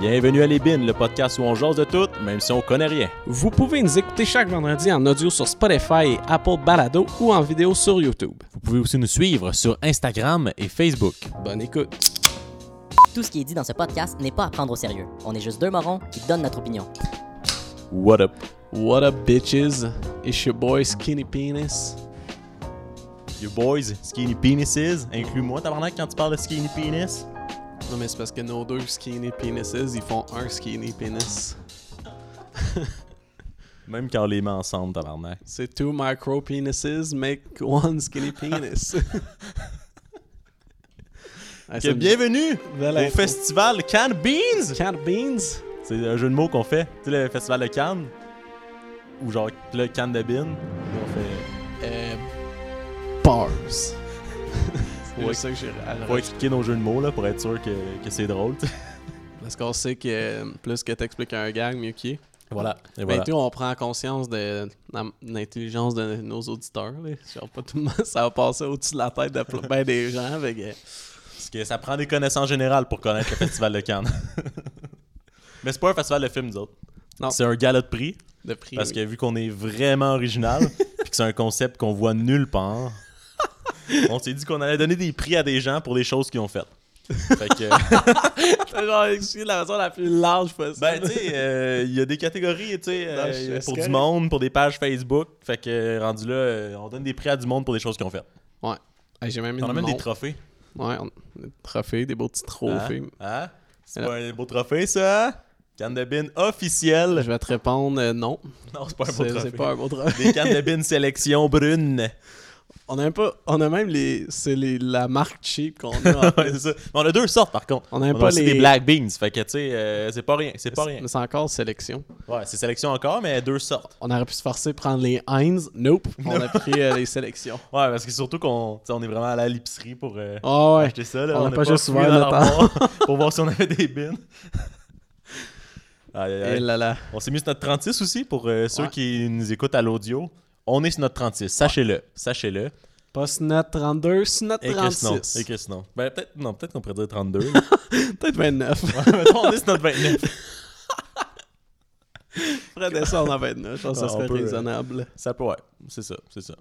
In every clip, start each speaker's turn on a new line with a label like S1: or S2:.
S1: Bienvenue à Les Bines, le podcast où on jase de tout, même si on connaît rien.
S2: Vous pouvez nous écouter chaque vendredi en audio sur Spotify et Apple Balado ou en vidéo sur YouTube.
S1: Vous pouvez aussi nous suivre sur Instagram et Facebook.
S2: Bonne écoute.
S3: Tout ce qui est dit dans ce podcast n'est pas à prendre au sérieux. On est juste deux morons qui donnent notre opinion.
S1: What up?
S2: What up, bitches? It's your boy Skinny Penis.
S1: You boys, skinny penises, inclus-moi tabarnak quand tu parles de skinny penis.
S2: Non, mais c'est parce que nos deux Skinny Penises, ils font un Skinny Penis.
S1: Même quand on les met ensemble, tabarnak.
S2: C'est two micro penises make one skinny penis. Ah,
S1: Que
S2: c'est
S1: bienvenue
S2: Belle
S1: au
S2: intro.
S1: festival Cannes Beans!
S2: Cat Beans?
S1: C'est un jeu de mots qu'on fait. Tu sais, le festival de Cannes, ou genre le Cannes de Beans, on fait...
S2: Euh, bars. c'est
S1: Ouais.
S2: juste ça que j'ai à
S1: Faut expliquer nos jeux de mots là, pour être sûr que, que c'est drôle. tu sais.
S2: Parce qu'on sait que euh, plus que t'expliques un gag, mieux qu'il est.
S1: voilà. Et
S2: Ben,
S1: voilà.
S2: tu sais, on prend conscience de la- l'intelligence de nos auditeurs. là. Genre, pas tout le monde, ça va passer au-dessus de la tête de pl- ben des gens. fait que-
S1: Parce que ça prend des connaissances générales pour connaître le festival de Cannes. Mais c'est pas un festival de films, nous autres.
S2: Non. Eh
S1: C'est un gala de prix.
S2: de prix.
S1: Parce que vu qu'on est vraiment original, puis que c'est un concept qu'on voit nulle part, on s'est dit qu'on allait donner des prix à des gens pour des choses qu'ils ont faites. Fait que,
S2: Genre, excuse la raison la plus large possible.
S1: ben, tu sais, euh, il y a des catégories, tu sais, euh,
S2: Non, je-
S1: pour
S2: c'est
S1: du
S2: correct.
S1: monde, pour des pages Facebook. Fait que, euh, rendu là, euh, on donne des prix à du monde pour des choses qu'ils ont faites.
S2: Ouais. Hey, J'ai même mis
S1: On a
S2: le
S1: même des
S2: nom.
S1: trophées.
S2: Ouais, on- des trophées, des beaux petits
S1: Hein?
S2: trophées.
S1: Hein? C'est
S2: Alors-
S1: pas un beau trophée, ça? Cannes de bine officielle.
S2: Je vais te répondre euh, non.
S1: Non, c'est pas un beau
S2: C'est
S1: trophée.
S2: c'est pas un beau trophée.
S1: Des cannes de bine sélection brune.
S2: On a, même pas, on a même les, c'est les, la marque cheap qu'on a. en
S1: Ouais,
S2: plus.
S1: c'est ça. Mais on a deux sortes par contre.
S2: On aime pas
S1: aussi
S2: les-
S1: des black beans. Fait que tu sais, euh, c'est pas rien. C'est pas rien.
S2: Mais c'est encore sélection.
S1: Ouais, c'est sélection encore, mais deux sortes.
S2: On aurait pu se forcer à prendre les Heinz. Nope. On a pris euh, les sélections.
S1: Ouais, parce que surtout qu'on tu sais, on est vraiment allé à l'épicerie pour euh,
S2: Ah ouais.
S1: acheter ça. là.
S2: On
S1: a
S2: n'a pas juste
S1: fouillé
S2: ouvert
S1: dans
S2: notre
S1: l'armoire pour voir si on avait des bins. Aïe, aïe, aïe.
S2: Et là là.
S1: On s'est mis sur notre 36 aussi pour euh, ceux
S2: Ouais.
S1: qui nous écoutent à l'audio. On est sur notre 36, sachez-le, sachez-le.
S2: Pas Snot 32, Snot
S1: Et Chris non, et
S2: 36.
S1: Chris non. Ben peut-être non, peut-être qu'on pourrait dire 32.
S2: Peut-être 29.
S1: Mettons, on est sur notre 29.
S2: Après descendre en 29, je pense que
S1: Ah,
S2: ça
S1: on
S2: serait
S1: peut, euh,
S2: raisonnable.
S1: Ça peut, ouais. C'est ça, c'est ça.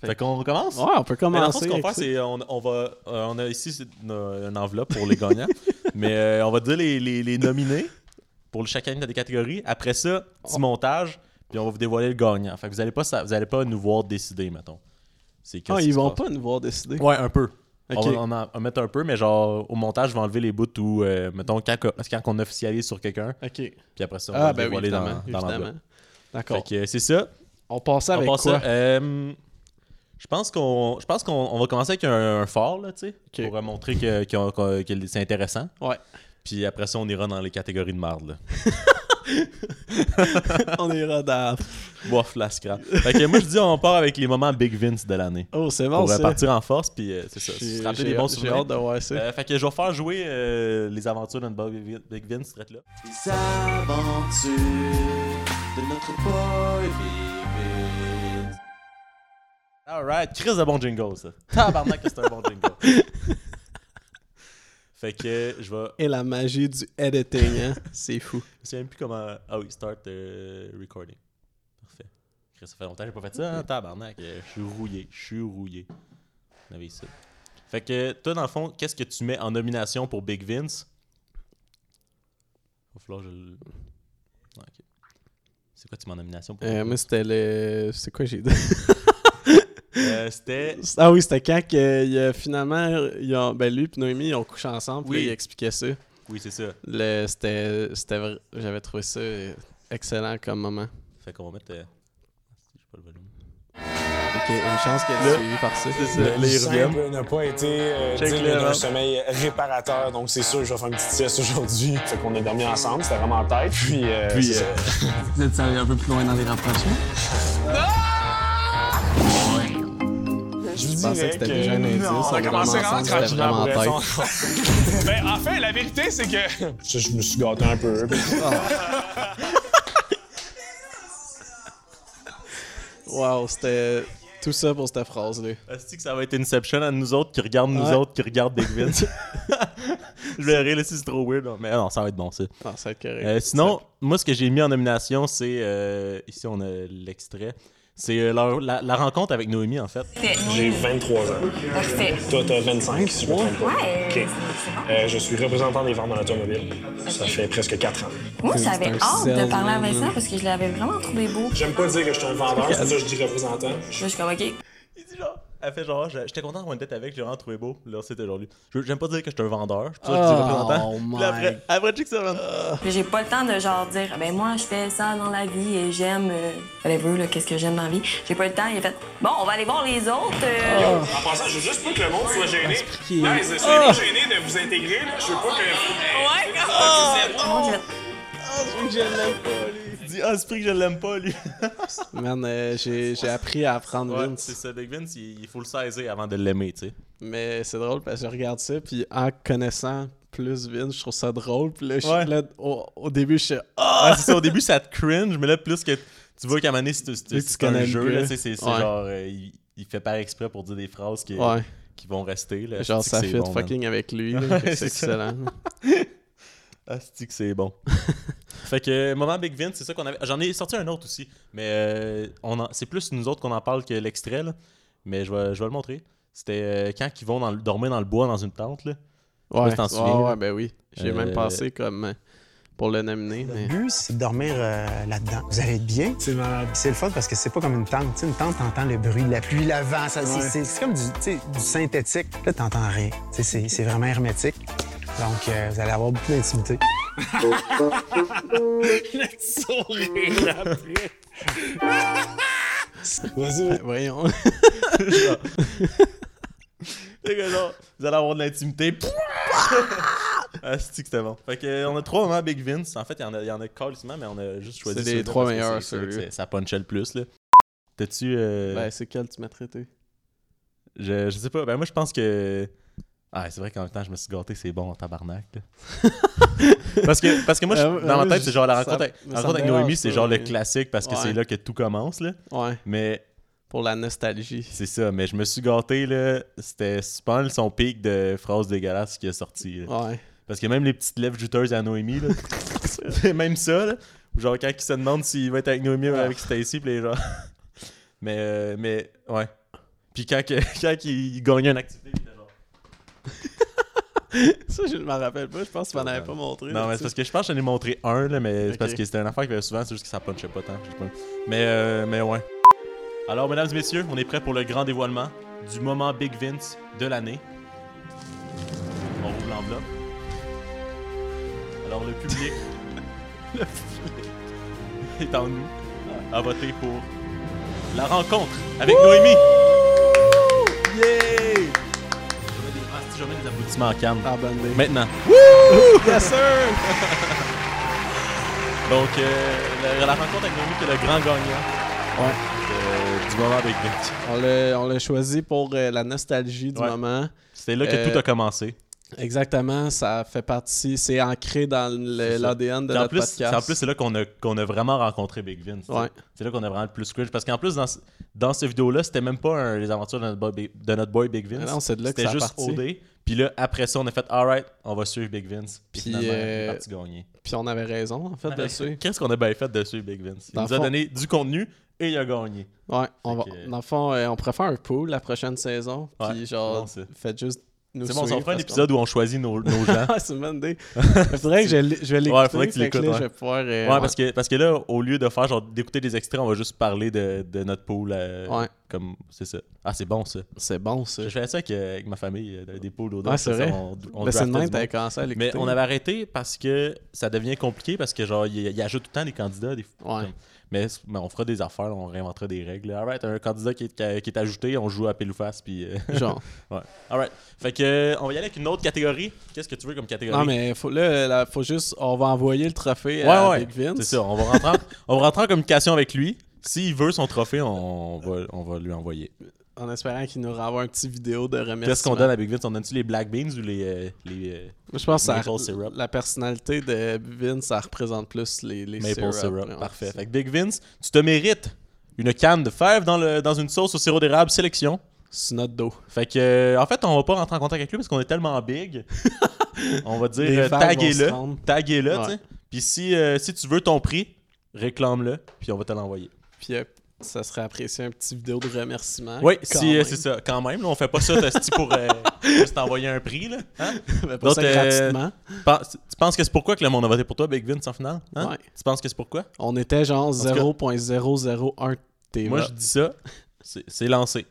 S1: Fait,
S2: Fait
S1: qu'on recommence?
S2: Ouais, on peut
S1: Mais dans le
S2: commencer.
S1: fond, ce qu'on va faire,
S2: avec ça.
S1: c'est on, on va. euh, on a ici c'est une, une enveloppe pour les gagnants. mais euh, on va dire les, les, les nominés pour chacune des catégories. Après ça, petit
S2: Oh.
S1: montage, puis on va vous dévoiler le gagnant. Fait que vous allez pas, sa- vous allez pas nous voir décider, mettons. C'est qu'est-ce
S2: Ah,
S1: qui
S2: ils
S1: se
S2: vont
S1: passe.
S2: pas nous voir décider.
S1: Ouais, un peu.
S2: Ok.
S1: On va en, en mettre un peu, mais genre au montage, je vais enlever les bouts où, euh, mettons, quand, quand on officialise sur quelqu'un,
S2: Ok.
S1: puis après ça, on va
S2: Ah,
S1: le
S2: ben oui,
S1: dévoiler
S2: évidemment.
S1: dans, dans l'enveloppe.
S2: évidemment. D'accord.
S1: Fait que euh, c'est ça.
S2: On passait
S1: On
S2: avec
S1: passe
S2: quoi
S1: ça, euh, je pense qu'on, je pense qu'on on va commencer avec un, un fort là, tu sais,
S2: Ok.
S1: pour euh, montrer que, qu'on- qu'on- que c'est intéressant.
S2: Ouais.
S1: Puis après ça, on ira dans les catégories de marde. Là.
S2: on ira dans.
S1: Bof, la scrap. Fait que moi, je dis, on part avec les moments Big Vince de l'année.
S2: Oh, c'est
S1: On
S2: bon,
S1: va
S2: ça.
S1: partir en force, puis euh, c'est ça.
S2: J'ai
S1: Se
S2: j'ai-
S1: rappeler des bons
S2: j'ai
S1: souvenirs.
S2: hâte de voir ça.
S1: Euh, fait que je vais faire jouer euh, les aventures de notre Bobby Vin- Big Vince, traite là.
S4: Les aventures de notre boy Big Vince.
S1: Alright, Chris de bon jingle, ça. Tabarnak, que c'est un bon jingle. fait que je vais.
S2: Et la magie du editing, hein. c'est fou.
S1: Je sais même plus comment. Ah oui, start euh, recording. Parfait. Chris, Ça fait longtemps que j'ai pas fait ça. hein, tabarnak. Euh, Je suis rouillé. Je suis rouillé. On avait ça. Fait que toi, dans le fond, qu'est-ce que tu mets en nomination pour Big Vince Va falloir que je le. Ah, ok. C'est quoi tu mets en nomination pour
S2: Euh, moi, c'était le. C'est quoi j'ai dit?
S1: Euh, C'était.
S2: Ah oui, c'était quand que, il a finalement. ils ont- ben, lui et Noémie, ils ont couché ensemble. Puis
S1: Oui.
S2: là, il expliquait ça.
S1: Oui, c'est ça.
S2: Le- C'était. c'était vra- J'avais trouvé ça euh, excellent comme moment.
S1: Fait qu'on va mettre. euh, Je sais pas le volume.
S2: Ok, une chance qu'elle
S1: Là,
S2: a suivi par ça.
S1: c'est ça, là, ils
S5: simple
S1: reviennent.
S5: n'a pas été euh,
S1: Check
S5: digne
S1: le
S5: d'un
S1: rap.
S5: sommeil réparateur. Donc, c'est sûr, je vais faire une petite sieste aujourd'hui. Fait qu'on a dormi ensemble, c'était vraiment tête. Puis, euh,
S1: Puis,
S5: c'est
S1: euh,
S5: ça.
S2: Vous êtes allé un peu plus loin dans les rapprochements.
S5: je vous
S2: Je pensais que
S5: dirais
S2: c'était déjà un indice.
S5: Non,
S2: On a commencé ensemble, c'était vraiment
S5: tranquillement,
S2: tête.
S5: pour être- Ben, en fait, la vérité, c'est que. Je, je me suis gâté un peu.
S2: Wow, c'était tout ça pour cette phrase-là.
S1: Est-ce que ça va être Inception à nous autres qui regardent nous
S2: Ouais.
S1: autres qui regardent Big Vince Je vais rire là, si c'est trop weird. Mais non, ça va être bon, ça.
S2: Non, ça va être correct.
S1: Euh, sinon, moi, ce que j'ai mis en nomination, c'est. euh, ici, on a l'extrait. C'est euh, leur- la, la rencontre avec Noémie, en fait.
S5: J'ai 23 ans.
S6: Parfait.
S5: Toi, t'as 25, si je me trompe pas.
S6: Ouais,
S5: OK.
S6: c'est- c'est bon.
S5: Euh, je suis représentant des ventes dans l'automobile. Ça fait presque 4 ans.
S6: Moi, j'avais
S2: un
S6: hâte de
S2: salesman,
S6: parler à Vincent
S2: là.
S6: parce que je l'avais vraiment trouvé beau.
S5: J'aime pas dire que je suis un vendeur, c'est pour ça que je dis représentant.
S6: Puis là, je suis comme, OK,
S1: Il dit genre. Elle fait genre, je- j'étais content d'avoir une tête avec, j'ai vraiment trouvé beau. Là, c'était genre lui. Je- J'aime pas dire que je suis un vendeur. Je suis ça que je dis
S2: Oh
S1: représentant.
S2: my
S1: Puis après, après, check ça, man. Ah,
S6: Puis j'ai pas le temps de genre dire Ah ben moi je fais ça dans la vie et j'aime euh, whatever là qu'est-ce que j'aime dans la vie. J'ai pas le temps, il a fait bon, on va aller voir les autres.
S2: Ah.
S6: euh.
S5: En passant, je veux juste pas que le monde soit gêné.
S2: Expliquer.
S5: Non, soyez pas gênés de vous intégrer. Là. Je veux pas que...
S6: Ouais, comme- Moi, j'ai fait,
S1: Ah, c'est que je l'aime pas, lui. Il dit, ah, c'est pris que je l'aime pas, lui.
S2: Man, euh, j'ai j'ai appris à apprendre
S1: Ouais,
S2: Vince.
S1: c'est ça. Big Vince, il, il faut le saisir avant de l'aimer, tu sais.
S2: Mais c'est drôle parce que je regarde ça, puis en connaissant plus Vince, je trouve ça drôle. Puis là, je-
S1: Ouais.
S2: là, au, au début, je suis
S1: Ah, c'est ça. Au début, ça te cringe, mais là, plus que tu vois qu'à un moment donné, c'est-
S2: Plus
S1: c'est
S2: tu
S1: c'est un
S2: connais le
S1: jeu,
S2: gars.
S1: là, tu sais, c'est c'est
S2: Ouais.
S1: genre, euh, il, il fait pas exprès pour dire des phrases qui,
S2: Ouais,
S1: qui vont rester. Là.
S2: genre
S1: Asti que
S2: ça
S1: c'est
S2: fit
S1: bon, man.
S2: fucking avec lui. là,
S1: Ouais,
S2: fait que
S1: c'est
S2: c'est excellent.
S1: Asti que c'est bon. fait que, moment Big Vince, c'est ça qu'on avait. J'en ai sorti un autre aussi, mais euh, on en- c'est plus nous autres qu'on en parle que l'extrait, là. Mais je vais, je vais le montrer. C'était euh, quand ils vont dans le- dormir dans le bois, dans une tente, là.
S2: Ouais,
S1: si t'en
S2: ouais,
S1: souviens,
S2: ouais,
S1: là.
S2: ben oui. J'ai
S1: Euh,
S2: même pensé comme euh, pour le nominer. Mais...
S7: but, c'est de dormir euh, là-dedans. Vous allez être bien.
S5: C'est malade.
S7: C'est le fun parce que c'est pas comme une tente. Tu sais, une tente, t'entends le bruit de la pluie, le vent. ça- c'est-
S5: Ouais.
S7: C'est c'est comme du, tu sais, du synthétique. Là, t'entends rien. Tu sais, C'est c'est vraiment hermétique. Donc, euh, vous allez avoir beaucoup d'intimité.
S5: Vas-y.
S2: Voyons.
S1: Euh. Genre- Fait que genre, vous allez avoir de l'intimité. Pouah! ah, c'est que c'était bon. Fait que, euh, on a trois moments Big Vince. En fait, il y en a, il y en a carrément, mais on a juste choisi
S2: C'est les
S1: ceux-là
S2: trois
S1: parce que
S2: meilleurs,
S1: c'est ceux que
S2: sérieux.
S1: c'est- Ça punchait le plus, là. T'as-tu. euh,
S2: Ben, c'est quel tu m'as traité?
S1: je, je sais pas. Ben, moi, je pense que. Ah, c'est vrai qu'en même temps, je me suis gâté, c'est bon en tabarnak. là. parce, que, parce que moi, je-
S2: Euh,
S1: dans ma
S2: euh,
S1: tête, c'est genre la
S2: ça-
S1: rencontre avec,
S2: ça
S1: la rencontre
S2: me
S1: avec Noémie,
S2: dérange
S1: c'est
S2: pas,
S1: genre le
S2: mais-
S1: classique parce que
S2: Ouais.
S1: c'est là que tout commence, là.
S2: Ouais,
S1: Mais
S2: pour la nostalgie.
S1: C'est ça, mais je me suis gâté, là. C'était super son pic de phrase dégueulasse qui est sorti. là.
S2: Ouais.
S1: Parce que même les petites lèvres juteuses à Noémie, là, c'est même ça, là. Ou genre quand il se demande s'il va être avec Noémie ou avec Stacy, pis les gens. mais, euh, mais, ouais. Puis quand, que- quand il, il gagnait une activité, il était genre.
S2: Ça, je ne m'en rappelle pas. Je pense que tu m'en avais pas montré.
S1: Non, mais Hein, c'est parce que je pense que j'en ai montré un, là, mais c'est parce
S2: Ok.
S1: que c'était un affaire qui avait souvent, c'est juste que ça punchait pas tant. je sais pas. Mais, euh, mais ouais. Alors, mesdames et messieurs, on est prêts pour le grand dévoilement du moment Big Vince de l'année. On roule l'enveloppe. Alors, le public. le public est en nous à voter pour la rencontre avec Noémie. Yeah! Je mets des, ah, si, je mets des applaudissements en calme.
S2: Ah, bonne idée.
S1: Maintenant.
S2: Yes, sir!
S1: Donc, euh, la, la rencontre avec Noémie qui est le grand gagnant
S2: Ouais.
S1: euh, du moment avec Vince.
S2: On l'a on l'a choisi pour euh, la nostalgie du
S1: Ouais.
S2: moment.
S1: C'était là que
S2: Euh,
S1: tout a commencé.
S2: Exactement, ça fait partie, c'est ancré dans
S1: C'est
S2: le-
S1: ça.
S2: l'ADN de
S1: Puis En
S2: notre
S1: plus,
S2: podcast.
S1: c'est- en plus, c'est là qu'on a, qu'on a vraiment rencontré Big Vince. tu sais.
S2: Ouais.
S1: C'est là qu'on a vraiment le plus cringe. Parce qu'en plus, dans, ce- dans cette vidéo-là, c'était même pas un- les aventures de notre boy, de notre boy Big Vince.
S2: Ah non, c'est de là que
S1: C'était
S2: ça a
S1: juste
S2: parti.
S1: OD. Puis là, après ça, on a fait Alright, on va suivre Big Vince. Puis,
S2: Puis,
S1: finalement, il est
S2: euh,
S1: parti gagner.
S2: Puis on avait raison, en fait, dessus.
S1: Qu'est-ce qu'on a bien fait de suivre Big Vince Il
S2: Dans
S1: nous
S2: le
S1: a
S2: fond-
S1: donné du contenu et il a gagné.
S2: Ouais, on va,
S1: Fait que-
S2: dans le fond, euh, on pourrait faire un pool la prochaine saison.
S1: Ouais,
S2: Puis genre,
S1: non, c'est-
S2: faites juste nous
S1: C'est bon, on
S2: suivre
S1: s'en fera un
S2: parce
S1: épisode où on choisit nos, nos
S2: qu'on-
S1: gens.
S2: Ah, c'est une bonne idée. Il faudrait que je, l'ai- je vais l'écouter.
S1: Ouais, faudrait que tu
S2: fait là,
S1: l'écoutes, ouais.
S2: Je vais pouvoir. euh,
S1: Ouais, Parce, que, parce que là, au lieu de faire genre d'écouter des extraits, on va juste parler de, de notre pool. euh,
S2: Ouais.
S1: Comme c'est ça. Ah, c'est bon ça.
S2: c'est bon ça.
S1: Je faisais ça avec, euh, avec ma famille, euh, des poules au dos.
S2: Ouais, c'est
S1: Ça,
S2: vrai.
S1: On, on
S2: Ben, c'est
S1: draftait
S2: le
S1: du
S2: même
S1: monde.
S2: que t'avais commencé à l'écouter.
S1: Mais on avait arrêté parce que ça devient compliqué parce que genre, il, il ajoute tout le temps des candidats. Des, fois.
S2: Ouais.
S1: Comme- mais, mais on fera des affaires, on réinventera des règles. Alright, un candidat qui est, qui a- qui est ajouté, on joue à pile ou face. Puis, euh,
S2: Genre.
S1: ouais. Alright. Fait que, euh, on va y aller avec une autre catégorie. Qu'est-ce que tu veux comme catégorie
S2: Non, mais faut, là, là, faut juste. On va envoyer le trophée
S1: Ouais,
S2: à
S1: ouais.
S2: Big Vince.
S1: C'est ça, on va, rentrer en, on va rentrer en communication avec lui. S'il veut son trophée, on va, on va lui envoyer.
S2: En espérant qu'il nous renvoie un petit vidéo de remerciement.
S1: Qu'est-ce qu'on donne à Big Vince On donne-tu les Black Beans ou les. euh, les euh,
S2: Moi, je pense que ça-
S1: Maple syrup.
S2: la personnalité de Vince, ça représente plus les, les
S1: maple
S2: syrup,
S1: syrup,
S2: là,
S1: Parfait.
S2: c'est-
S1: Fait que Big Vince, tu te mérites une canne de fèves dans, le, dans une sauce au sirop d'érable sélection.
S2: C'est notre dos.
S1: Fait que, euh, en fait, on va pas rentrer en contact avec lui parce qu'on est tellement big. on va
S2: Les
S1: dire euh,
S2: vagues vont
S1: taguez-le.
S2: se rendre.
S1: Taguez-le,
S2: Ouais.
S1: tu sais. Puis si, euh, si tu veux ton prix, réclame-le, puis on va te l'envoyer.
S2: Puis euh, ça serait apprécié un petit vidéo de remerciement.
S1: Oui,
S2: Hein? quand
S1: si, euh,
S2: même.
S1: c'est ça. Quand même, là, on fait pas ça t'asti, pour, euh, juste t'envoyer un prix. Là. Hein?
S2: Ben, pas ça
S1: Donc, euh,
S2: gratuitement.
S1: Pen- tu penses que c'est pourquoi que le monde a voté pour toi, Big Vince, en finale? Hein?
S2: Ouais.
S1: Tu penses que c'est pourquoi?
S2: On était genre
S1: tout cas-
S2: 0.001 TV.
S1: Moi, je dis ça, c'est c'est lancé.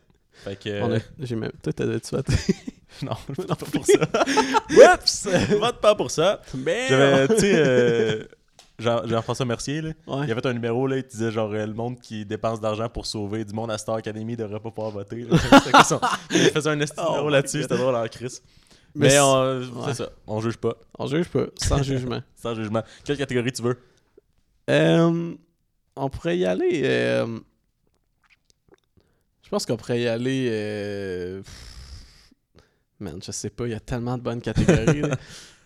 S1: Fait que...
S2: On
S1: euh,
S2: a- J'ai même... Toi, t'avais-tu fait?
S1: Non, je vote pas pour ça. Oups! Je vote pas pour ça. J'avais, tu sais, euh, Jean- Jean-François Mercier, là,
S2: Ouais.
S1: il avait un numéro, là, il disait genre euh, le monde qui dépense d'argent pour sauver du monde à Star Academy devrait pas pouvoir voter. là. C'était quoi son- Il faisait un esti de
S2: Oh
S1: numéro
S2: my
S1: là-dessus, c'était drôle en crise.
S2: Mais
S1: Mais,
S2: c'est-
S1: on,
S2: ouais.
S1: c'est ça, on juge pas,
S2: On juge pas, sans jugement.
S1: sans jugement. Quelle catégorie tu veux?
S2: Euh, on pourrait y aller. euh, Je pense qu'on pourrait y aller. euh, pff, Man, je sais pas, il y a tellement de bonnes catégories. là.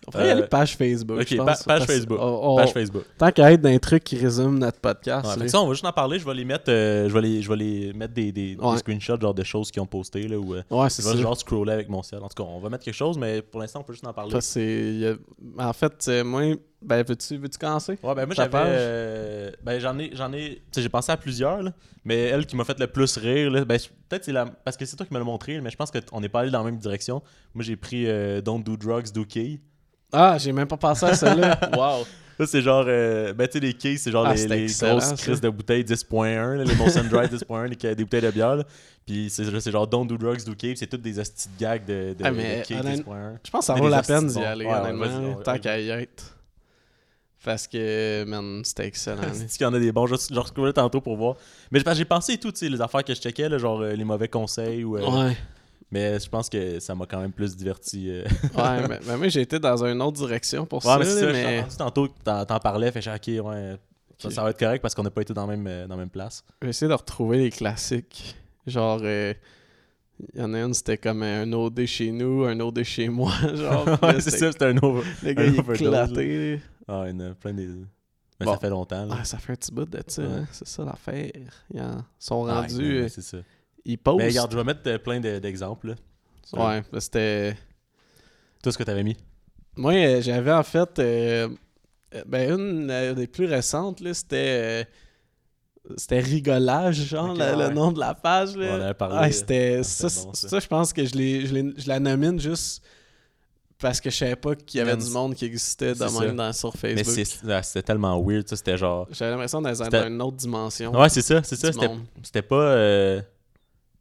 S2: On pourrait y
S1: Euh,
S2: aller page Facebook.
S1: ok,
S2: je
S1: pa-
S2: pense,
S1: page
S2: parce-
S1: Facebook,
S2: on- Ah, on-
S1: Page Facebook.
S2: Tant qu'à être dans les trucs qui résument notre podcast.
S1: Ouais, fait
S2: là.
S1: que ça, on va juste en parler, je vais les mettre, euh, je vais les, je vais les mettre des, des, des
S2: Ouais.
S1: screenshots genre de choses qu'ils ont postées, là, ou... euh,
S2: Ouais, c'est
S1: Je
S2: ça.
S1: vais genre scroller avec mon ciel. En tout cas, on va mettre quelque chose, mais pour l'instant, on peut juste en parler.
S2: Parce que c'est- il y a- En fait, c'est moi, ben, veux-tu veux commencer?
S1: Ouais, ben moi
S2: Ta
S1: j'avais.
S2: page?
S1: euh, ben j'en ai. J'en ai. Tu sais, j'ai pensé à plusieurs, là. Mais elle qui m'a fait le plus rire, là. Ben je- peut-être c'est la. Parce que c'est toi qui me l'as montré, mais je pense qu'on n'est pas allé dans la même direction. Moi j'ai pris euh, Don't Do Drugs, Do Key.
S2: Ah, j'ai même pas pensé à celle-là. wow.
S1: Là, c'est genre. euh, ben tu sais, les keys, c'est genre
S2: Ah,
S1: les,
S2: c'était
S1: les
S2: excellent,
S1: grosses
S2: ça.
S1: crises de bouteilles 10.1, là, les Monson Dry 10.1, les, ca- des bouteilles de bière, là. Puis c'est, c'est genre Don't Do Drugs, Do Key. C'est toutes des hosties de gags de, de,
S2: Ah, mais,
S1: de keys
S2: honnête-
S1: 10.1.
S2: Je pense que ça
S1: Mais
S2: vaut
S1: les
S2: la
S1: hosties
S2: peine
S1: sont-
S2: d'y aller,
S1: ouais, ouais,
S2: honnêtement,
S1: vas-y, on-
S2: tant
S1: on-
S2: qu'à y être. Parce que, man, c'était excellent. là.
S1: C'est qu'il y en a des bons. Je je scrollais tantôt pour voir. Mais je- parce que j'ai pensé et tout, tu sais, les affaires que je checkais, là, genre euh, les mauvais conseils. Ou, euh,
S2: ouais,
S1: Mais je pense que ça m'a quand même plus diverti. euh.
S2: ouais, mais, mais moi, j'ai été dans une autre direction pour
S1: ouais,
S2: ça,
S1: mais c'est ça,
S2: là, mais,
S1: j'ai entendu tantôt que t'en, t'en parlais. Fait que j'ai- ok, ouais, ça,
S2: Ok.
S1: ça va être correct parce qu'on n'a pas été dans la même, euh, dans la même place.
S2: je vais essayer de retrouver les classiques. Genre, il y en a une, c'était comme un OD chez nous, un OD chez moi, genre. puis là,
S1: Ouais, c'est
S2: c'était-
S1: ça, c'était un over.
S2: Le gars,
S1: un
S2: il est
S1: overdose,
S2: éclaté. là.
S1: Ah, il y en a plein des. Mais
S2: Bon.
S1: ça fait longtemps. Là.
S2: Ah, ça fait un petit bout de ça,
S1: Ouais.
S2: hein, c'est ça l'affaire. Ils en sont
S1: Ah, Ouais,
S2: rendus,
S1: non,
S2: euh, Oh,
S1: mais c'est ça.
S2: ils posent.
S1: Mais regarde, je vais mettre euh, plein de- d'exemples. là. Sur
S2: ouais, ben, c'était...
S1: Tout ce que t'avais mis.
S2: Moi, euh, j'avais en fait. euh, euh, ben, une euh, des plus récentes, là, c'était. euh, c'était rigolage, genre,
S1: Ok,
S2: le, le
S1: ouais.
S2: nom de la page.
S1: On
S2: Là.
S1: en avait parlé.
S2: Ah, c'était.
S1: Ah,
S2: ça,
S1: c'était bon,
S2: c'est-
S1: ça.
S2: ça, je pense que je, l'ai- je, l'ai- je la nomine juste parce que je savais pas qu'il y avait
S1: Man,
S2: du monde qui existait de
S1: c'est
S2: même
S1: ça.
S2: dans, sur
S1: Mais
S2: Facebook.
S1: c'est- ah, c'était tellement weird. ça, C'était genre.
S2: J'avais l'impression d'être
S1: C'était-
S2: dans une autre dimension.
S1: Ouais, c'est ça, c'est ça.
S2: du
S1: C'était,
S2: monde.
S1: c'était pas. euh,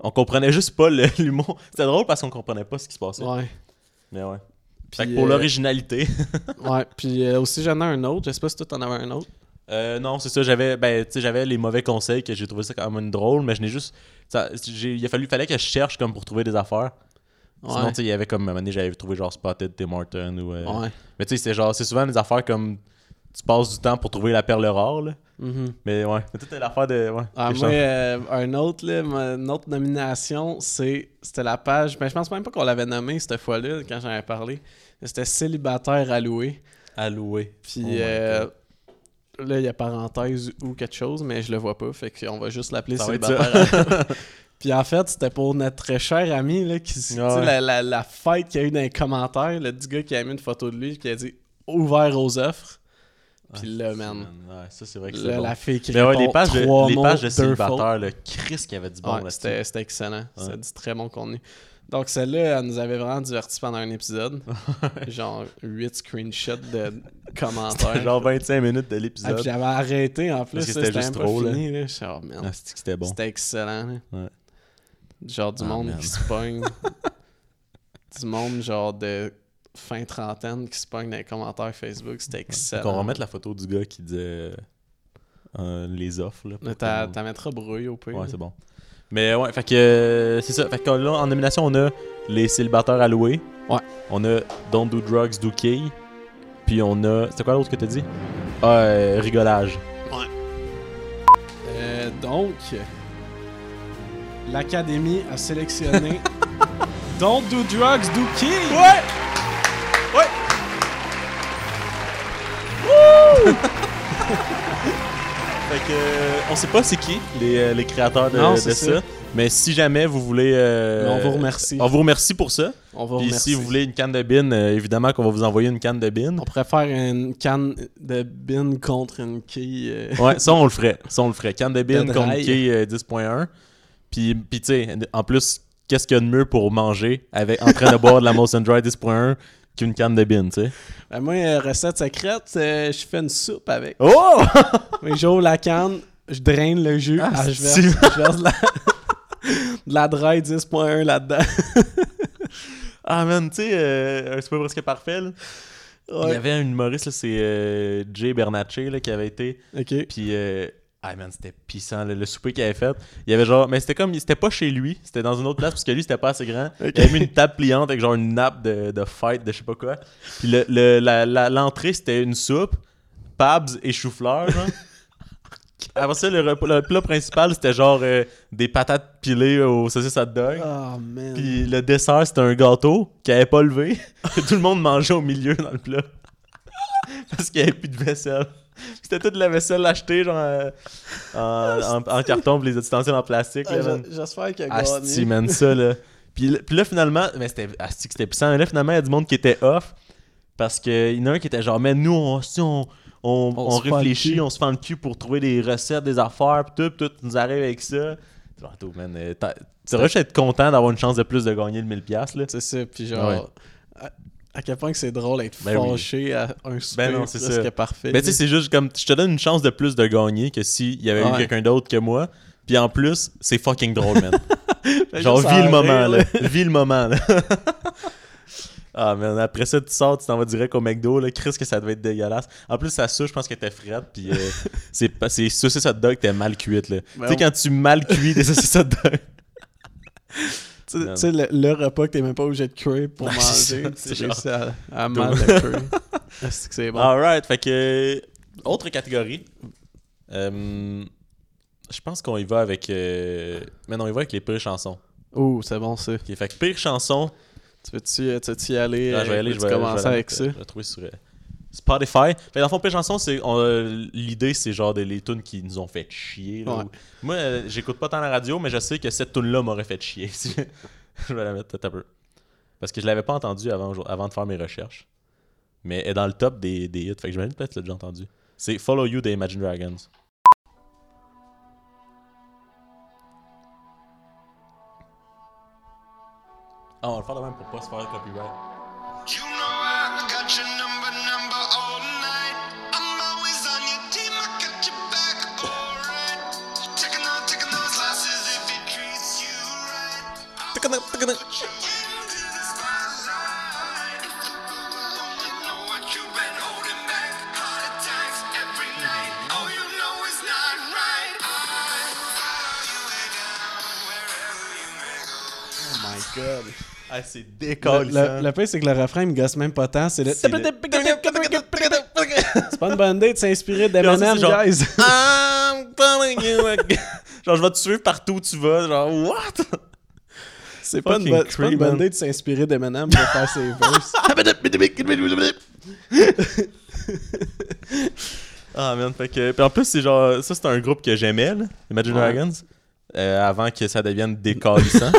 S1: on comprenait juste pas le- l'humour. C'était drôle parce qu'on comprenait pas ce qui se passait.
S2: Ouais.
S1: Mais ouais.
S2: Puis,
S1: Fait que pour
S2: euh,
S1: l'originalité.
S2: ouais. Puis euh, aussi, j'en ai un autre. Je sais pas si toi, t'en avais un autre.
S1: Euh, non, c'est ça. J'avais, ben, tu sais, j'avais les mauvais conseils que j'ai trouvé ça quand même drôle, mais je n'ai juste. ça- j'ai- il a fallu, fallait que je cherche comme pour trouver des affaires. Sinon,
S2: Ouais.
S1: tu sais, il y avait comme. À un moment donné, j'avais trouvé genre Spotted Tim Martin ou. euh,
S2: Ouais.
S1: Mais tu sais, c'est genre. C'est souvent des affaires comme. Tu passes du temps pour trouver la perle rare, là.
S2: Mhm.
S1: Mais ouais. Mais tout est l'affaire de. Ouais.
S2: Ah,
S1: des
S2: moi,
S1: gens-
S2: euh, un autre, là, ma- une autre nomination, c'est c'était la page. Ben, je pense même pas qu'on l'avait nommé cette fois-là quand j'en avais parlé. C'était Célibataire alloué.
S1: Alloué.
S2: Puis
S1: Oh my
S2: euh,
S1: God.
S2: là, il y a parenthèse ou quelque chose, mais je le vois pas. Fait qu'on va juste l'appeler
S1: Ça va être
S2: Célibataire alloué. Puis en fait, c'était pour notre cher ami, là, qui, tu sais,
S1: Ouais.
S2: la, la, la fête qu'il y a eu dans les commentaires, le petit gars qui a mis une photo de lui qui a dit ouvert aux offres. Puis
S1: Ouais,
S2: là,
S1: Ah, c'est-
S2: man.
S1: Ouais, ça, c'est vrai que c'est
S2: Là, ben
S1: bon.
S2: la fille qui
S1: Mais ouais,
S2: répond
S1: les pages de,
S2: trois
S1: les
S2: mots,
S1: pages de
S2: deux fautes.
S1: célibataire, le Chris qui avait du bon
S2: Ouais,
S1: là-dessus.
S2: c'était, c'était excellent.
S1: Ouais.
S2: C'était du très bon contenu. Donc, celle-là, elle nous avait vraiment divertis pendant un épisode. genre 8 screenshots de commentaires.
S1: Genre 25 minutes de
S2: Ah, puis
S1: l'épisode.
S2: j'avais arrêté en plus.
S1: Parce que
S2: là,
S1: c'était juste
S2: même pas
S1: trop, là.
S2: fini, là. J'étais, oh, merde.
S1: Ah, c'est que c'était bon.
S2: C'était excellent. là.
S1: Ouais.
S2: Genre du
S1: Ah,
S2: monde
S1: merde.
S2: qui se pogne. du monde, genre de fin trentaine qui se pogne dans les commentaires Facebook. C'était excellent.
S1: Qu'on remette la photo du gars qui disait euh, les offres. Là, pour
S2: Mais
S1: tout le
S2: T'as,
S1: monde.
S2: t'as mettra brouille au pire.
S1: Ouais, c'est bon. Mais ouais, fait que euh, c'est ça. Fait que là, en nomination, on a les célibataires alloués.
S2: Ouais.
S1: On a Don't Do Drugs, Do Key. Puis on a. C'était quoi l'autre que t'as dit Ah, euh, rigolage.
S2: Euh, donc, l'Académie a sélectionné Don't Do Drugs, Do Kill. Ouais!
S1: Ouais! Fait que, euh, on sait pas c'est qui les, euh, les créateurs de,
S2: Non,
S1: de
S2: c'est
S1: ça.
S2: ça.
S1: Mais si jamais vous voulez. euh,
S2: Mais on vous remercie.
S1: On vous remercie pour ça.
S2: On va
S1: Puis si
S2: remercier.
S1: vous voulez une canne de bine, euh, évidemment qu'on va vous envoyer une canne de bine.
S2: On pourrait faire une canne de bin contre une quille. euh,
S1: Ouais, ça on le ferait. Ça on le ferait. Canne de bine
S2: De
S1: contre
S2: rail.
S1: quai, euh, 10.1. Puis, puis tu sais, en plus, qu'est-ce qu'il y a de mieux pour manger avec, en train de boire de la Molson Dry 10.1 qu'une canne de bine, tu sais?
S2: ben moi, euh, recette secrète, euh, je fais une soupe avec.
S1: Oh!
S2: Mais j'ouvre la canne, je draine le jus,
S1: Ah,
S2: ah, je verse,
S1: si.
S2: je verse de la, de la dry 10.1 là-dedans.
S1: Ah man, tu sais, euh, un super presque parfait. là. Il y
S2: Ouais.
S1: avait un humoriste, là, c'est euh, Jay Bernatchez, là, qui avait été.
S2: Ok.
S1: Puis, euh, ah man, c'était pissant. là, Le, souper qu'il avait fait, il y avait genre, mais c'était comme, c'était pas chez lui, c'était dans une autre place parce que lui, c'était pas assez grand. Il avait mis une table pliante avec genre une nappe de, de fête, de je sais pas quoi. Puis le- le- la- la- l'entrée, c'était une soupe, Pabs et chou-fleur, genre. Après ça, le, repas- le plat principal, c'était genre euh, des patates pilées aux saucisses hot dog.
S2: Oh man.
S1: Puis le dessert, c'était un gâteau qui avait pas levé, que tout le monde mangeait au milieu dans le plat. Parce qu'il n'y avait plus de vaisselle. C'était toute la vaisselle achetée, genre, euh, en, en- en carton, puis les ustensiles en plastique.
S2: Ah,
S1: là,
S2: j'a-
S1: man.
S2: J'espère qu'il a
S1: Asti,
S2: gagné.
S1: man, ça, là. Puis, là- puis là, finalement, mais c'était asti que c'était puissant. Mais là, finalement, il y a du monde qui était off. Parce qu'il y en a un qui était genre, mais nous, on, si on, on,
S2: On
S1: on
S2: se fend le
S1: réfléchit,
S2: cul.
S1: on se fend le cul pour trouver des recettes, des affaires, pis tout, pis tout, tu nous arrive avec ça. C'est genre, Attends, man, euh, t'as- tu devrais juste être content d'avoir une chance de plus de gagner le 1000$, là.
S2: C'est ça, puis genre.
S1: Ah Ouais.
S2: À, à quel point que c'est drôle d'être
S1: Ben oui.
S2: fâché à un souper
S1: Ben non, c'est
S2: presque
S1: ça.
S2: parfait.
S1: Mais tu sais, c'est juste comme, je te donne une chance de plus de gagner que s'il y avait eu
S2: Ouais.
S1: quelqu'un d'autre que moi. Puis en plus, c'est fucking drôle, man.
S2: Fait
S1: Genre,
S2: Ben, juste en
S1: vis le
S2: rire,
S1: moment, là. Vis le moment, là. ah, man, après ça, tu sors, tu t'en vas direct au McDo, là. Chris, que ça devait être dégueulasse. En plus, ça souche, je pense que t'es frette, puis euh, c'est pas- c'est saucisses hot dog, t'es mal cuite, là.
S2: Ben
S1: tu sais,
S2: on-
S1: quand tu mal cuis des saucisses hot dog.
S2: Tu tu sais, le, le repas que t'es même pas obligé de cuire pour
S1: Ouais, c'est
S2: manger,
S1: ça, c'est
S2: tu
S1: genre- Ah.
S2: réussis à, à mal le cuire. Est-ce que c'est bon?
S1: Alright, fait que. Autre catégorie. Euh, je pense qu'on y va avec. euh, Mais non, on y va avec les pires chansons.
S2: Oh, c'est bon ça.
S1: Ok, fait que pire chanson.
S2: Tu veux-tu euh, tu veux-tu y aller?
S1: Ah, je vais y aller, je vais je
S2: commencer
S1: vais la
S2: avec
S1: mettre,
S2: ça.
S1: euh, Je vais la trouver sur euh, Spotify. Fait, dans le fond, Pire Chanson, c'est, on, euh, l'idée, c'est genre des, les tunes qui nous ont fait chier. là,
S2: Ouais.
S1: ou- Moi, euh, j'écoute pas tant la radio, mais je sais que cette tune-là m'aurait fait chier. si- je vais la mettre peut-être un peu. Parce que je l'avais pas entendue avant, aujourd'hui- avant de faire mes recherches. Mais elle est dans le top des, des hits. Fait que j'imagine peut-être que tu l'as déjà entendu. C'est Follow You des Imagine Dragons. Ah, on va le faire de même pour pas se faire copyright.
S8: You know I got your number, number all night. I'm always on your team, I got your back, alright. Taking on, taking those losses if it treats you right. Put you into the spotlight. You know what you've been holding back. Heart attacks every night. Oh, you know it's not right. I follow you down wherever you may go.
S2: Oh my god.
S1: Ah, c'est
S2: Le,
S1: décolle
S2: le, le pire, c'est que le refrain, il me gosse même pas tant. C'est le...
S1: C'est le-
S2: C'est pas une bonne idée de s'inspirer
S1: Genre, ça,
S2: d'Eminem,
S1: c'est genre-
S2: guys.
S1: I'm calling you again. genre, je vais te suivre partout où tu vas. Genre, what?
S2: C'est pas, une
S1: Fucking hein.
S2: bonne- c'est pas une
S1: creep,
S2: bonne
S1: man.
S2: idée de s'inspirer d'Eminem pour faire ses verses.
S1: Ah, man. Fait que. Puis en plus, c'est genre. Ça, c'est un groupe que j'aimais, là, Imagine
S2: Ouais.
S1: Dragons. euh, avant que ça devienne décalissant.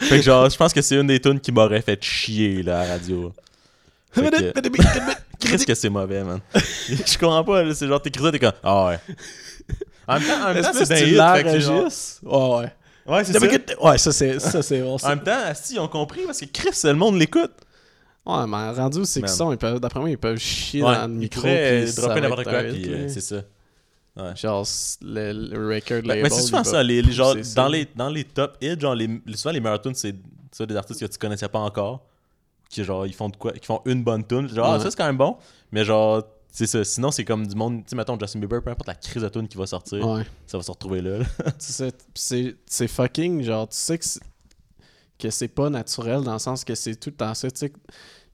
S1: fait que, genre, je pense que c'est une des tunes qui m'aurait fait chier, là, à la radio. Fait que- Qu'est-ce que c'est mauvais, man? je comprends pas, là, C'est genre, t'écris ça, t'es comme. Ah, ouais. En même temps, en même temps,
S2: Est-ce que
S1: c'est
S2: tu
S1: un hit, fait que c'est genre-
S2: l'enregistres? Ouais, ouais.
S1: Ouais, c'est ça.
S2: Ouais, ça c'est ça c'est bon.
S1: En
S2: ça.
S1: même temps, Asti, ils ont compris parce que Chris, le monde l'écoute.
S2: Ouais, mais rendu où c'est qu'ils
S1: Man.
S2: sont, ils peuvent- d'après moi ils peuvent chier dans le
S1: ils
S2: micro
S1: pourraient, euh,
S2: puis ça
S1: dropper
S2: va
S1: n'importe
S2: être
S1: quoi,
S2: un hit,
S1: puis euh,
S2: là.
S1: c'est ça.
S2: genre c'est le, le record label.
S1: mais c'est souvent
S2: il va
S1: ça, les, les- genre,
S2: pousser ça.
S1: dans, les, dans les top hits, genre, les, souvent les meilleurs tunes, c'est ça, des artistes que tu connaissais pas encore, qui genre, ils font de quoi, qui font une bonne tune. Genre, ah,
S2: Ouais.
S1: ça c'est quand même bon, mais genre, c'est ça. Sinon, c'est comme du monde, tu sais, mettons Justin Bieber, peu importe la crise de tune qui va sortir,
S2: Ouais.
S1: ça va se retrouver là. là.
S2: Tu sais, pis c'est c'est fucking genre tu sais que c'est- que c'est pas naturel dans le sens que c'est tout le temps ça, tu sais que-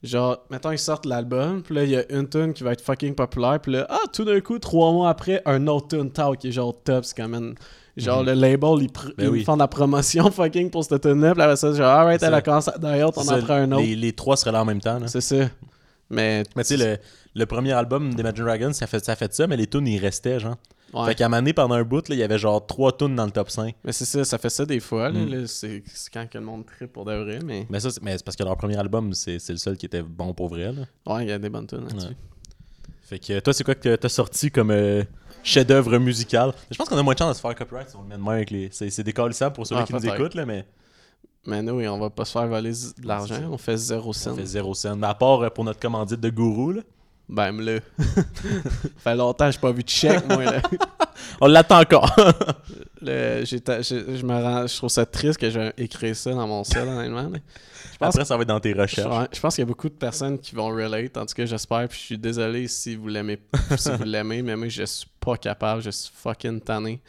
S2: Genre, mettons, ils sortent l'album, puis là, il y a une tune qui va être fucking populaire, puis là, ah, tout d'un coup, trois mois après, un autre tune tau qui est genre top, c'est quand même. Genre, le label, ils, pr-
S1: Mhm. Ben
S2: ils
S1: oui.
S2: font de la promotion fucking pour cette tune-là, puis après ça, genre, alright,
S1: C'est
S2: elle
S1: ça.
S2: a commencé à- d'ailleurs, on
S1: C'est
S2: en
S1: ça,
S2: prend un autre.
S1: Les, les trois seraient là en même temps. là.
S2: C'est ça. Mais,
S1: Mais tu sais, le, le premier album d'Imagine Dragons, ça fait, ça fait ça, mais les tunes, ils restaient, genre.
S2: Ouais.
S1: Fait qu'à un moment donné, pendant un bout, là, il y avait genre 3 tunes dans le top 5.
S2: Mais c'est ça, ça fait ça des fois. là,
S1: Mm.
S2: là, c'est c'est quand que le monde tripe pour de vrai, mais
S1: Mais ça, c'est mais c'est parce que leur premier album, c'est c'est le seul qui était bon pour vrai. là.
S2: ouais, il y a des bonnes tunes là-dessus.
S1: Ouais. Fait que euh, toi, c'est quoi que t'as sorti comme euh, chef-d'œuvre musical Je pense qu'on a moins de chance de se faire copyright si on le met de main avec les. C'est c'est décalissable pour ceux
S2: Ah,
S1: qui nous
S2: peut-être.
S1: écoutent, là, mais
S2: Mais nous, on va pas se faire voler z- de l'argent, on fait zéro
S1: on
S2: cent.
S1: fait zéro scène. Mais à part euh, pour notre commandite de gourou, là.
S2: Bam là. Ben, fait longtemps que j'ai pas vu de chèque, moi. Là.
S1: On l'attend encore.
S2: Le- j'ai ta- j'ai- je, me rends- je trouve ça triste que j'ai écrit ça dans mon sel, honnêtement. là. pense-
S1: Après, ça va être dans tes
S2: Je,
S1: recherches.
S2: ouais, je pense qu'il y a beaucoup de personnes qui vont relate, en tout cas, j'espère. Puis je suis désolé si vous l'aimez, si vous l'aimez, mais moi, je suis pas capable, je suis fucking tanné.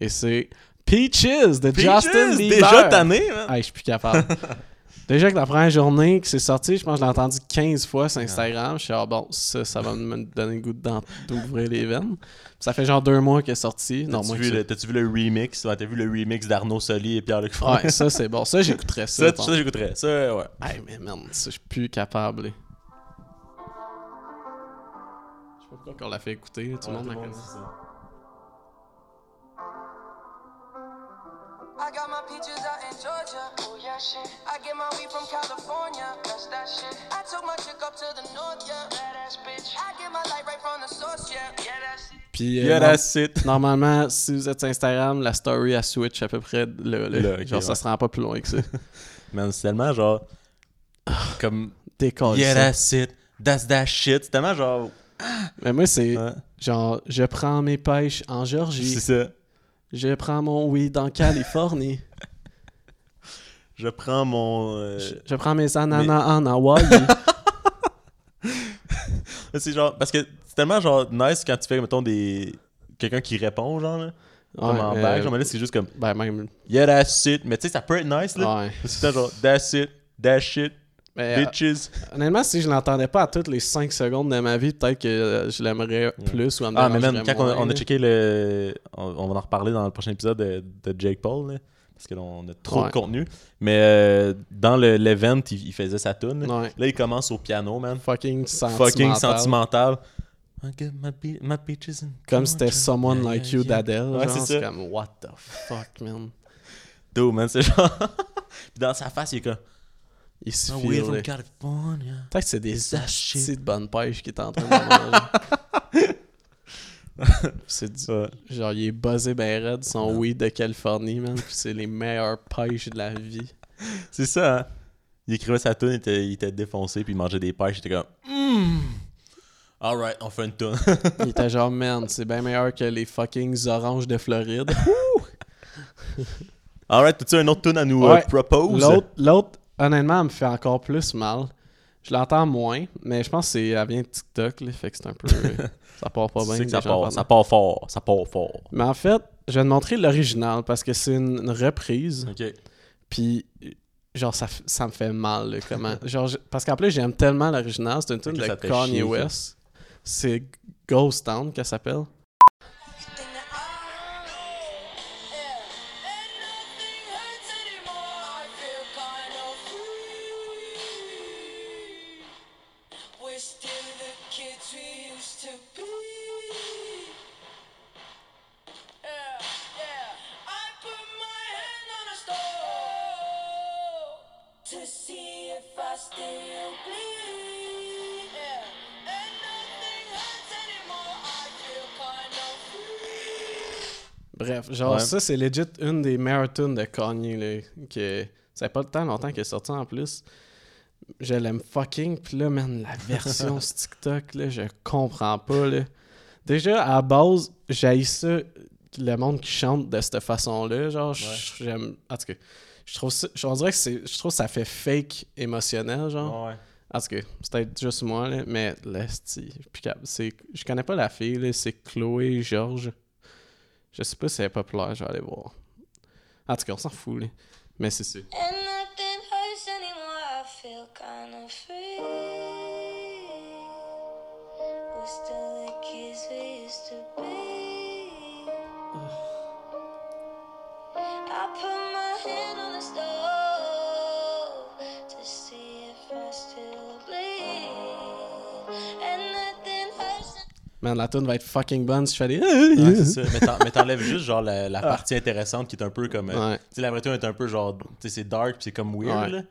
S2: Et c'est Peaches de Justin
S1: Peaches,
S2: Bieber.
S1: Déjà tanné, man.
S2: Ah, je suis plus capable. Déjà que la première journée que c'est sorti, je pense que je l'ai entendu 15 fois sur Instagram. Je suis ah bon, ça, ça va me donner le goût d'en- d'ouvrir les veines. Ça fait genre deux mois qu'il est sorti. Non,
S1: T'as-tu
S2: moi,
S1: vu, le- t'as-tu vu le remix Ouais, T'as vu le remix d'Arnaud Soli et Pierre-Luc Froment?
S2: Ouais, ça c'est bon. Ça, j'écouterais ça.
S1: Ça,
S2: bon.
S1: ça j'écouterais. Ça, ouais.
S2: Hey, mais merde, ça, je suis plus capable. là. Je sais pas pourquoi on l'a fait écouter. Tout le monde la connaît.
S8: I got my peaches out in Georgia. Oh yeah, shit. I get my weed from California. That's that shit. I took my chick up to the north, yeah. Badass bitch. I get my light right from the source, yeah. Yeah, that's it.
S2: Puis, euh,
S1: Yeah,
S2: norm-
S1: that's it.
S2: normalement, si vous êtes sur Instagram, la story à Switch à peu près là. là.
S1: Là, ok,
S2: Genre, ça
S1: ouais.
S2: se rend pas plus loin que ça.
S1: Man, c'est tellement genre. Comme.
S2: Décolle
S1: Yeah,
S2: Ah. Oh, ça.
S1: that's it. That's that shit. C'est tellement genre.
S2: Mais moi, c'est
S1: Ouais.
S2: genre, je prends mes pêches en Georgie,
S1: C'est ça.
S2: je prends mon weed en Californie,
S1: Je prends mon. euh,
S2: je, je prends mes ananas en Hawaï.
S1: C'est genre. Parce que c'est tellement genre nice quand tu fais, mettons, des. Quelqu'un qui répond, genre, là. Comme
S2: Ouais,
S1: en
S2: euh,
S1: back. Genre, mais là, c'est juste comme.
S2: ben, même.
S1: Yeah, that's it. Mais tu sais, ça peut être nice, là.
S2: Ouais.
S1: C'est tout le temps genre. That's it. That shit.
S2: Mais, euh,
S1: Bitches.
S2: honnêtement, si je l'entendais pas à toutes les 5 secondes de ma vie, peut-être que euh, je l'aimerais plus ou elle me
S1: Ah, mais même
S2: dérangerait
S1: quand on a,
S2: moins,
S1: on a
S2: là.
S1: checké le. On, on va en reparler dans le prochain épisode de, de Jake Paul, là, parce que là, on a trop
S2: Ouais.
S1: de contenu. Mais euh, dans le- l'event, il, il faisait sa tune.
S2: Ouais.
S1: Là, il commence au piano, man.
S2: Fucking sentimental.
S1: Fucking sentimental. I get my, be- my peaches and
S2: Comme c'était
S1: oranges.
S2: Someone
S1: Yeah,
S2: Like
S1: yeah,
S2: You
S1: yeah.
S2: d'Adele.
S1: Ouais,
S2: genre,
S1: c'est
S2: c'est
S1: ça.
S2: comme, what the fuck, man.
S1: Dude, man, c'est genre. Puis dans sa face, il est comme.
S2: Il se
S1: Oh,
S2: feel,
S1: we're from
S2: là.
S1: California.
S2: Peut-être que c'est des
S1: That shit.
S2: astuces de bonne pêche qui est en train de manger. c'est du...
S1: Ouais.
S2: Genre, il est buzzé ben raide, son weed de Californie, man. Puis c'est les meilleures pêches de la vie.
S1: C'est ça, hein. Il écrivait sa tune, il était, il était défoncé, puis il mangeait des pêches. Il était comme. Hmm. Alright, on fait une tune.
S2: Il était genre, man, c'est bien meilleur que les fucking oranges de Floride.
S1: Alright, t'as-tu un autre tune à nous euh,
S2: Ouais.
S1: propose?
S2: L'autre, l'autre, honnêtement, elle me fait encore plus mal. Je l'entends moins, mais je pense que c'est, elle vient de TikTok, là, fait que c'est un peu... euh, ça part pas
S1: Tu
S2: bien.
S1: sais que ça
S2: les gens
S1: part,
S2: parlent.
S1: ça part fort, ça part fort.
S2: Mais en fait, je vais te montrer l'original, parce que c'est une, une reprise,
S1: Ok.
S2: puis genre, ça, f- ça me fait mal, là, comment... genre, je- parce qu'en plus, j'aime tellement l'original, c'est une tune
S1: que
S2: de
S1: ça te fait
S2: Kanye
S1: chier, ça.
S2: West. C'est Ghost Town qu'elle s'appelle.
S8: In the eye. Yeah. And nothing hurts anymore. I feel kind of free. We're still the kids we used to be. Yeah, yeah. I put my hand on a stove to see if I still bleed. Yeah, and nothing hurts anymore. I feel kind of free.
S2: Bref, genre
S1: Ouais.
S2: ça c'est legit une des meilleures tunes de Kanye là, que ça fait pas le temps longtemps qu'elle est sortie en plus. Je l'aime fucking puis là man la version sur TikTok là, je comprends pas là. Déjà à la base, j'haïs ça le monde qui chante de cette façon là, genre je- j'aime en tout cas, je trouve ça je on dirait que c'est je trouve que ça fait fake émotionnel genre.
S1: Ouais.
S2: En tout cas, c'est peut-être juste moi, là, mais l'esti, je suis plus capable. C'est- Je connais pas la fille, là, c'est Chloé Georges. Je sais pas si elle est populaire, je vais aller voir. En tout cas, on s'en fout, là. Mais c'est sûr.
S8: And nothing hurts anymore. I feel kind of free. We're still the kids we used to be. I put my hand on the stove to see if I still bleed. And nothing hurts.
S2: Man, la tune va être fucking bonne si je fais des.
S1: Ouais, c'est ça. Mais t'en- Mais t'enlèves juste genre la, la partie intéressante qui est un peu comme. euh,
S2: Ouais.
S1: Tu sais, la vraie tune est un peu genre. Tu sais, c'est dark puis c'est comme weird.
S2: Ouais.
S1: Là.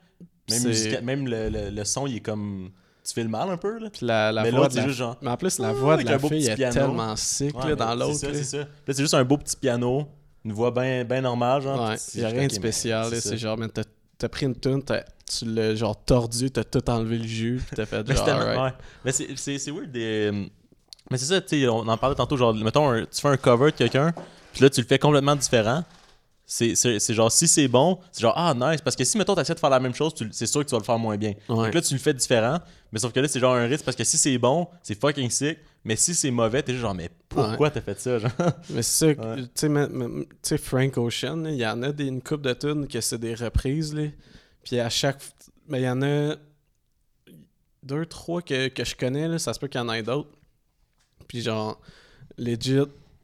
S1: Même,
S2: C'est-
S1: musica- même le, le- le son, il est comme. Tu fais le mal un peu là.
S2: Puis la, la
S1: Mais
S2: voix
S1: l'autre,
S2: de
S1: c'est
S2: la...
S1: juste genre,
S2: Mais en plus, la
S1: ouh,
S2: voix de
S1: avec
S2: la
S1: un beau
S2: fille
S1: petit
S2: est
S1: piano.
S2: tellement sick
S1: Ouais,
S2: là,
S1: mais
S2: dans l'autre.
S1: C'est ça,
S2: là.
S1: c'est ça. Puis Là, c'est juste un beau petit piano, une voix bien ben normale, genre.
S2: Ouais,
S1: puis c'est
S2: y a
S1: juste,
S2: rien de
S1: ok, mais
S2: spécial. là,
S1: c'est
S2: C'est
S1: ça.
S2: genre, man, t'as- t'as pris une tune, t'as- tu l'as genre tordu, t'as tout enlevé le jus, pis t'as fait
S1: Mais c'est
S2: genre.
S1: tellement-
S2: alright.
S1: ouais. Mais c'est- c'est c'est weird des. Mais c'est ça, tu sais, on en parlait tantôt, genre, mettons, un- tu fais un cover de quelqu'un, puis là, tu le fais complètement différent. C'est c'est- c'est genre, si c'est bon, c'est genre, ah, nice. Parce que si, mettons, t'essaies de faire la même chose, tu le- c'est sûr que tu vas le faire moins bien.
S2: Ouais.
S1: Donc là, tu le fais différent, mais sauf que là, c'est genre un risque, parce que si c'est bon, c'est fucking sick, mais si c'est mauvais, t'es juste genre, mais pourquoi t'as fait ça, genre?
S2: Mais c'est ça, que- tu sais, ma- ma- tu sais, Frank Ocean, là, il y en a des, une coupe de tunes que c'est des reprises, là. Puis à chaque. f- Mais il y en a deux, trois que, que je connais, là, ça se peut qu'il y en ait d'autres. Puis genre, legit,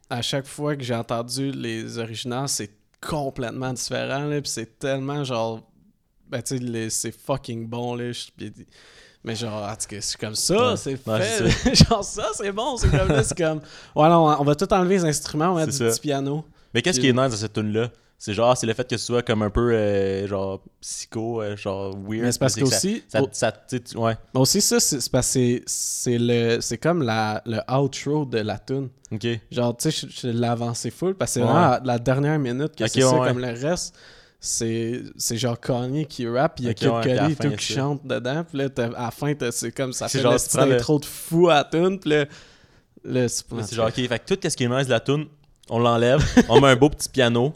S2: à chaque fois que j'ai entendu les originales, c'est complètement différent, là. Puis c'est tellement genre. Ben, tu sais, les- c'est fucking bon, là. je- puis- mais genre, en tout cas, c'est comme ça,
S1: Ouais.
S2: c'est
S1: Ouais,
S2: fait.
S1: c'est
S2: genre, ça, c'est bon, c'est comme là, c'est comme. Ouais, non, on va tout enlever les instruments, on va mettre du
S1: C'est ça.
S2: petit piano.
S1: Mais qu'est-ce qui est nice dans cette tune là C'est genre, ah, c'est le fait que ce soit comme un peu, euh, genre, psycho, euh, genre, weird.
S2: Mais c'est parce
S1: que ça-
S2: qu'aussi-
S1: Ça,
S2: au-
S1: ça- tu sais, tu- ouais,
S2: Mais aussi, ça, c'est c'est parce que c'est- c'est le c'est comme la, le outro de la tune.
S1: ok.
S2: Genre, tu sais, je, je l'ai avancé full parce que c'est
S1: Ouais.
S2: vraiment à la dernière minute que
S1: Ok,
S2: c'est ça,
S1: ouais.
S2: comme le reste. C'est c'est genre Kanye qui rappe, puis il y a
S1: Ok,
S2: Kid
S1: ouais, puis à la
S2: Cudi et
S1: fin,
S2: tout
S1: c'est
S2: qui
S1: ça.
S2: chante dedans, puis là, t'as- à la fin, t'as- c'est comme ça
S1: C'est
S2: fait
S1: genre,
S2: une
S1: tu prends le-
S2: intro de fou à la tune, puis là, là, c'est
S1: Là, C'est genre, ok, fait que tout ce qui est nice de la tune, on l'enlève, on met un beau petit piano,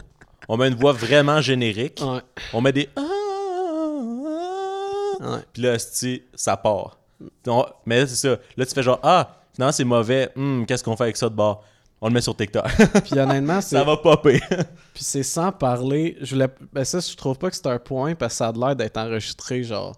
S1: on met une voix vraiment générique,
S2: Ouais,
S1: on met des. ah,
S2: ouais.
S1: Puis là, c'ti, ça part. Donc, mais là, c'est ça. Là, tu fais genre, ah, finalement, c'est mauvais, Hmm, qu'est-ce qu'on fait avec ça de bord On le met sur TikTok.
S2: Puis honnêtement, c'est
S1: ça va popper.
S2: Puis c'est sans parler. Je voulais... ben ça, je trouve pas que c'est un point parce que ça a l'air d'être enregistré genre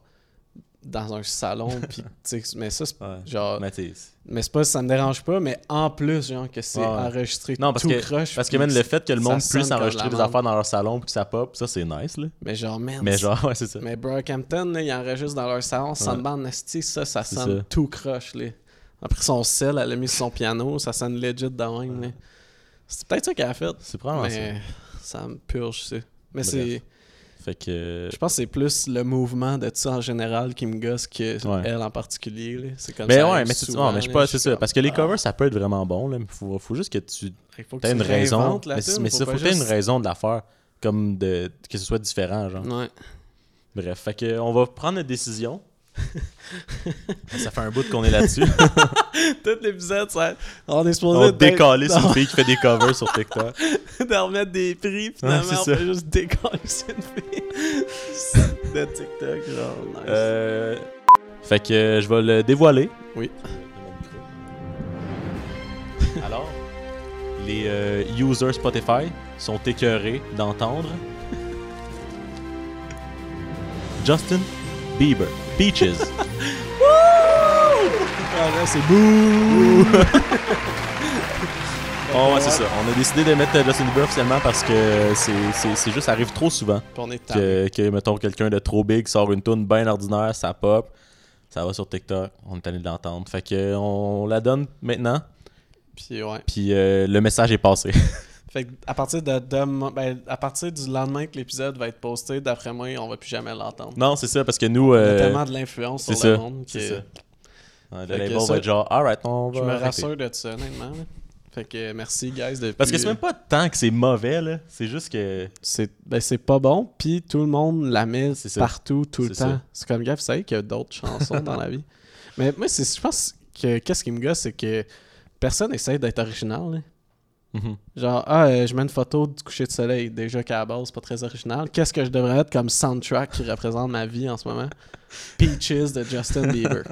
S2: dans un salon. Puis, tu sais, mais ça, c'est genre.
S1: Mais
S2: Mais,
S1: tu sais,
S2: c'est pas, ça me dérange pas, mais en plus, genre, que c'est
S1: Ouais.
S2: enregistré
S1: Non, parce
S2: tout
S1: que,
S2: crush.
S1: parce que
S2: puis
S1: même le fait que le
S2: ça
S1: monde
S2: sonne
S1: puisse
S2: comme
S1: enregistrer
S2: la
S1: des
S2: merde.
S1: affaires dans leur salon puis que ça pop, ça c'est nice là.
S2: Mais genre, man.
S1: Mais genre, ouais, c'est ça.
S2: Mais Brockhampton, là, ils enregistrent dans leur salon. sans Sandman Nasty, ça, ça
S1: C'est
S2: sonne
S1: ça.
S2: tout crush, là. Après son sel, elle a mis sur son piano, ça sonne legit de même, là. C'est peut-être ça qu'elle a fait.
S1: C'est probablement
S2: mais ça. me purge, ça. Mais
S1: Bref.
S2: c'est.
S1: ça. Fait que.
S2: Je pense que c'est plus le mouvement de ça en général qui me gosse que
S1: Ouais.
S2: elle en particulier. là. C'est comme
S1: Mais
S2: ça
S1: Ben ouais,
S2: arrive
S1: mais tu-
S2: souvent,
S1: ouais, mais je
S2: là,
S1: sais pas,
S2: suis
S1: c'est ça.
S2: comme,
S1: Parce que les
S2: ah,
S1: covers, ça peut être vraiment bon, là. mais Faut, faut juste que tu
S2: il faut que
S1: t'aies
S2: tu
S1: une raison.
S2: réinventes la
S1: Mais, c'est-
S2: tune,
S1: mais ça,
S2: pas
S1: faut que t'aies une
S2: juste-
S1: raison de la faire. Comme de, que ce soit différent, genre.
S2: Ouais.
S1: Bref, fait que on va prendre une décision. ça fait un bout qu'on est là-dessus.
S2: Tout l'épisode, ça... on est
S1: on va
S2: supposé
S1: décoller sur une
S2: d'en-
S1: fille qui fait des covers sur TikTok.
S2: d'en remettre des prix,
S1: Ouais,
S2: finalement,
S1: c'est
S2: on
S1: ça.
S2: peut juste décoller sur une fille de TikTok. Genre, nice.
S1: Euh, Fait que euh, je vais le dévoiler.
S2: Oui.
S1: Alors, les euh, users Spotify sont écœurés d'entendre Justin Bieber, Peaches.
S2: Ah, là, c'est bouh!
S1: oh ouais, c'est ça. On a décidé de mettre Justin Bieber officiellement parce que c'est- c'est c'est juste, ça arrive trop souvent.
S2: Puis on est tard.
S1: que, que, mettons, quelqu'un de trop big sort une tune bien ordinaire, ça pop, ça va sur TikTok, on est allé de l'entendre. Fait que on la donne maintenant,
S2: Puis ouais.
S1: puis euh, le message est passé.
S2: Fait que à partir de demain- ben, à partir du lendemain que l'épisode va être posté, d'après moi, on va plus jamais l'entendre.
S1: non, c'est ça, parce que nous,
S2: Il y a
S1: euh,
S2: tellement de l'influence sur
S1: c'est
S2: le
S1: ça,
S2: monde
S1: c'est
S2: que
S1: ça. ouais, le
S2: Fait que
S1: label
S2: ça-
S1: va être genre, alright, on va
S2: je me
S1: arrêter.
S2: rassure de ça, honnêtement. là. Fait que euh, merci, guys. De
S1: Parce que
S2: plus-
S1: c'est même pas tant que c'est mauvais, là. C'est juste que.
S2: c'est ben, c'est pas bon, puis tout le monde la met
S1: C'est ça.
S2: partout, tout le
S1: C'est ça.
S2: temps. C'est comme, gars, vous savez qu'il y a d'autres chansons dans la vie. Mais moi, c'est- je pense que qu'est-ce qui me gosse, c'est que personne essaie d'être original. là.
S1: Mhm.
S2: Genre, ah, euh, je mets une photo du coucher de soleil. Déjà qu'à la base, c'est pas très original. Qu'est-ce que je devrais être comme soundtrack qui représente ma vie en ce moment? Peaches de Justin Bieber.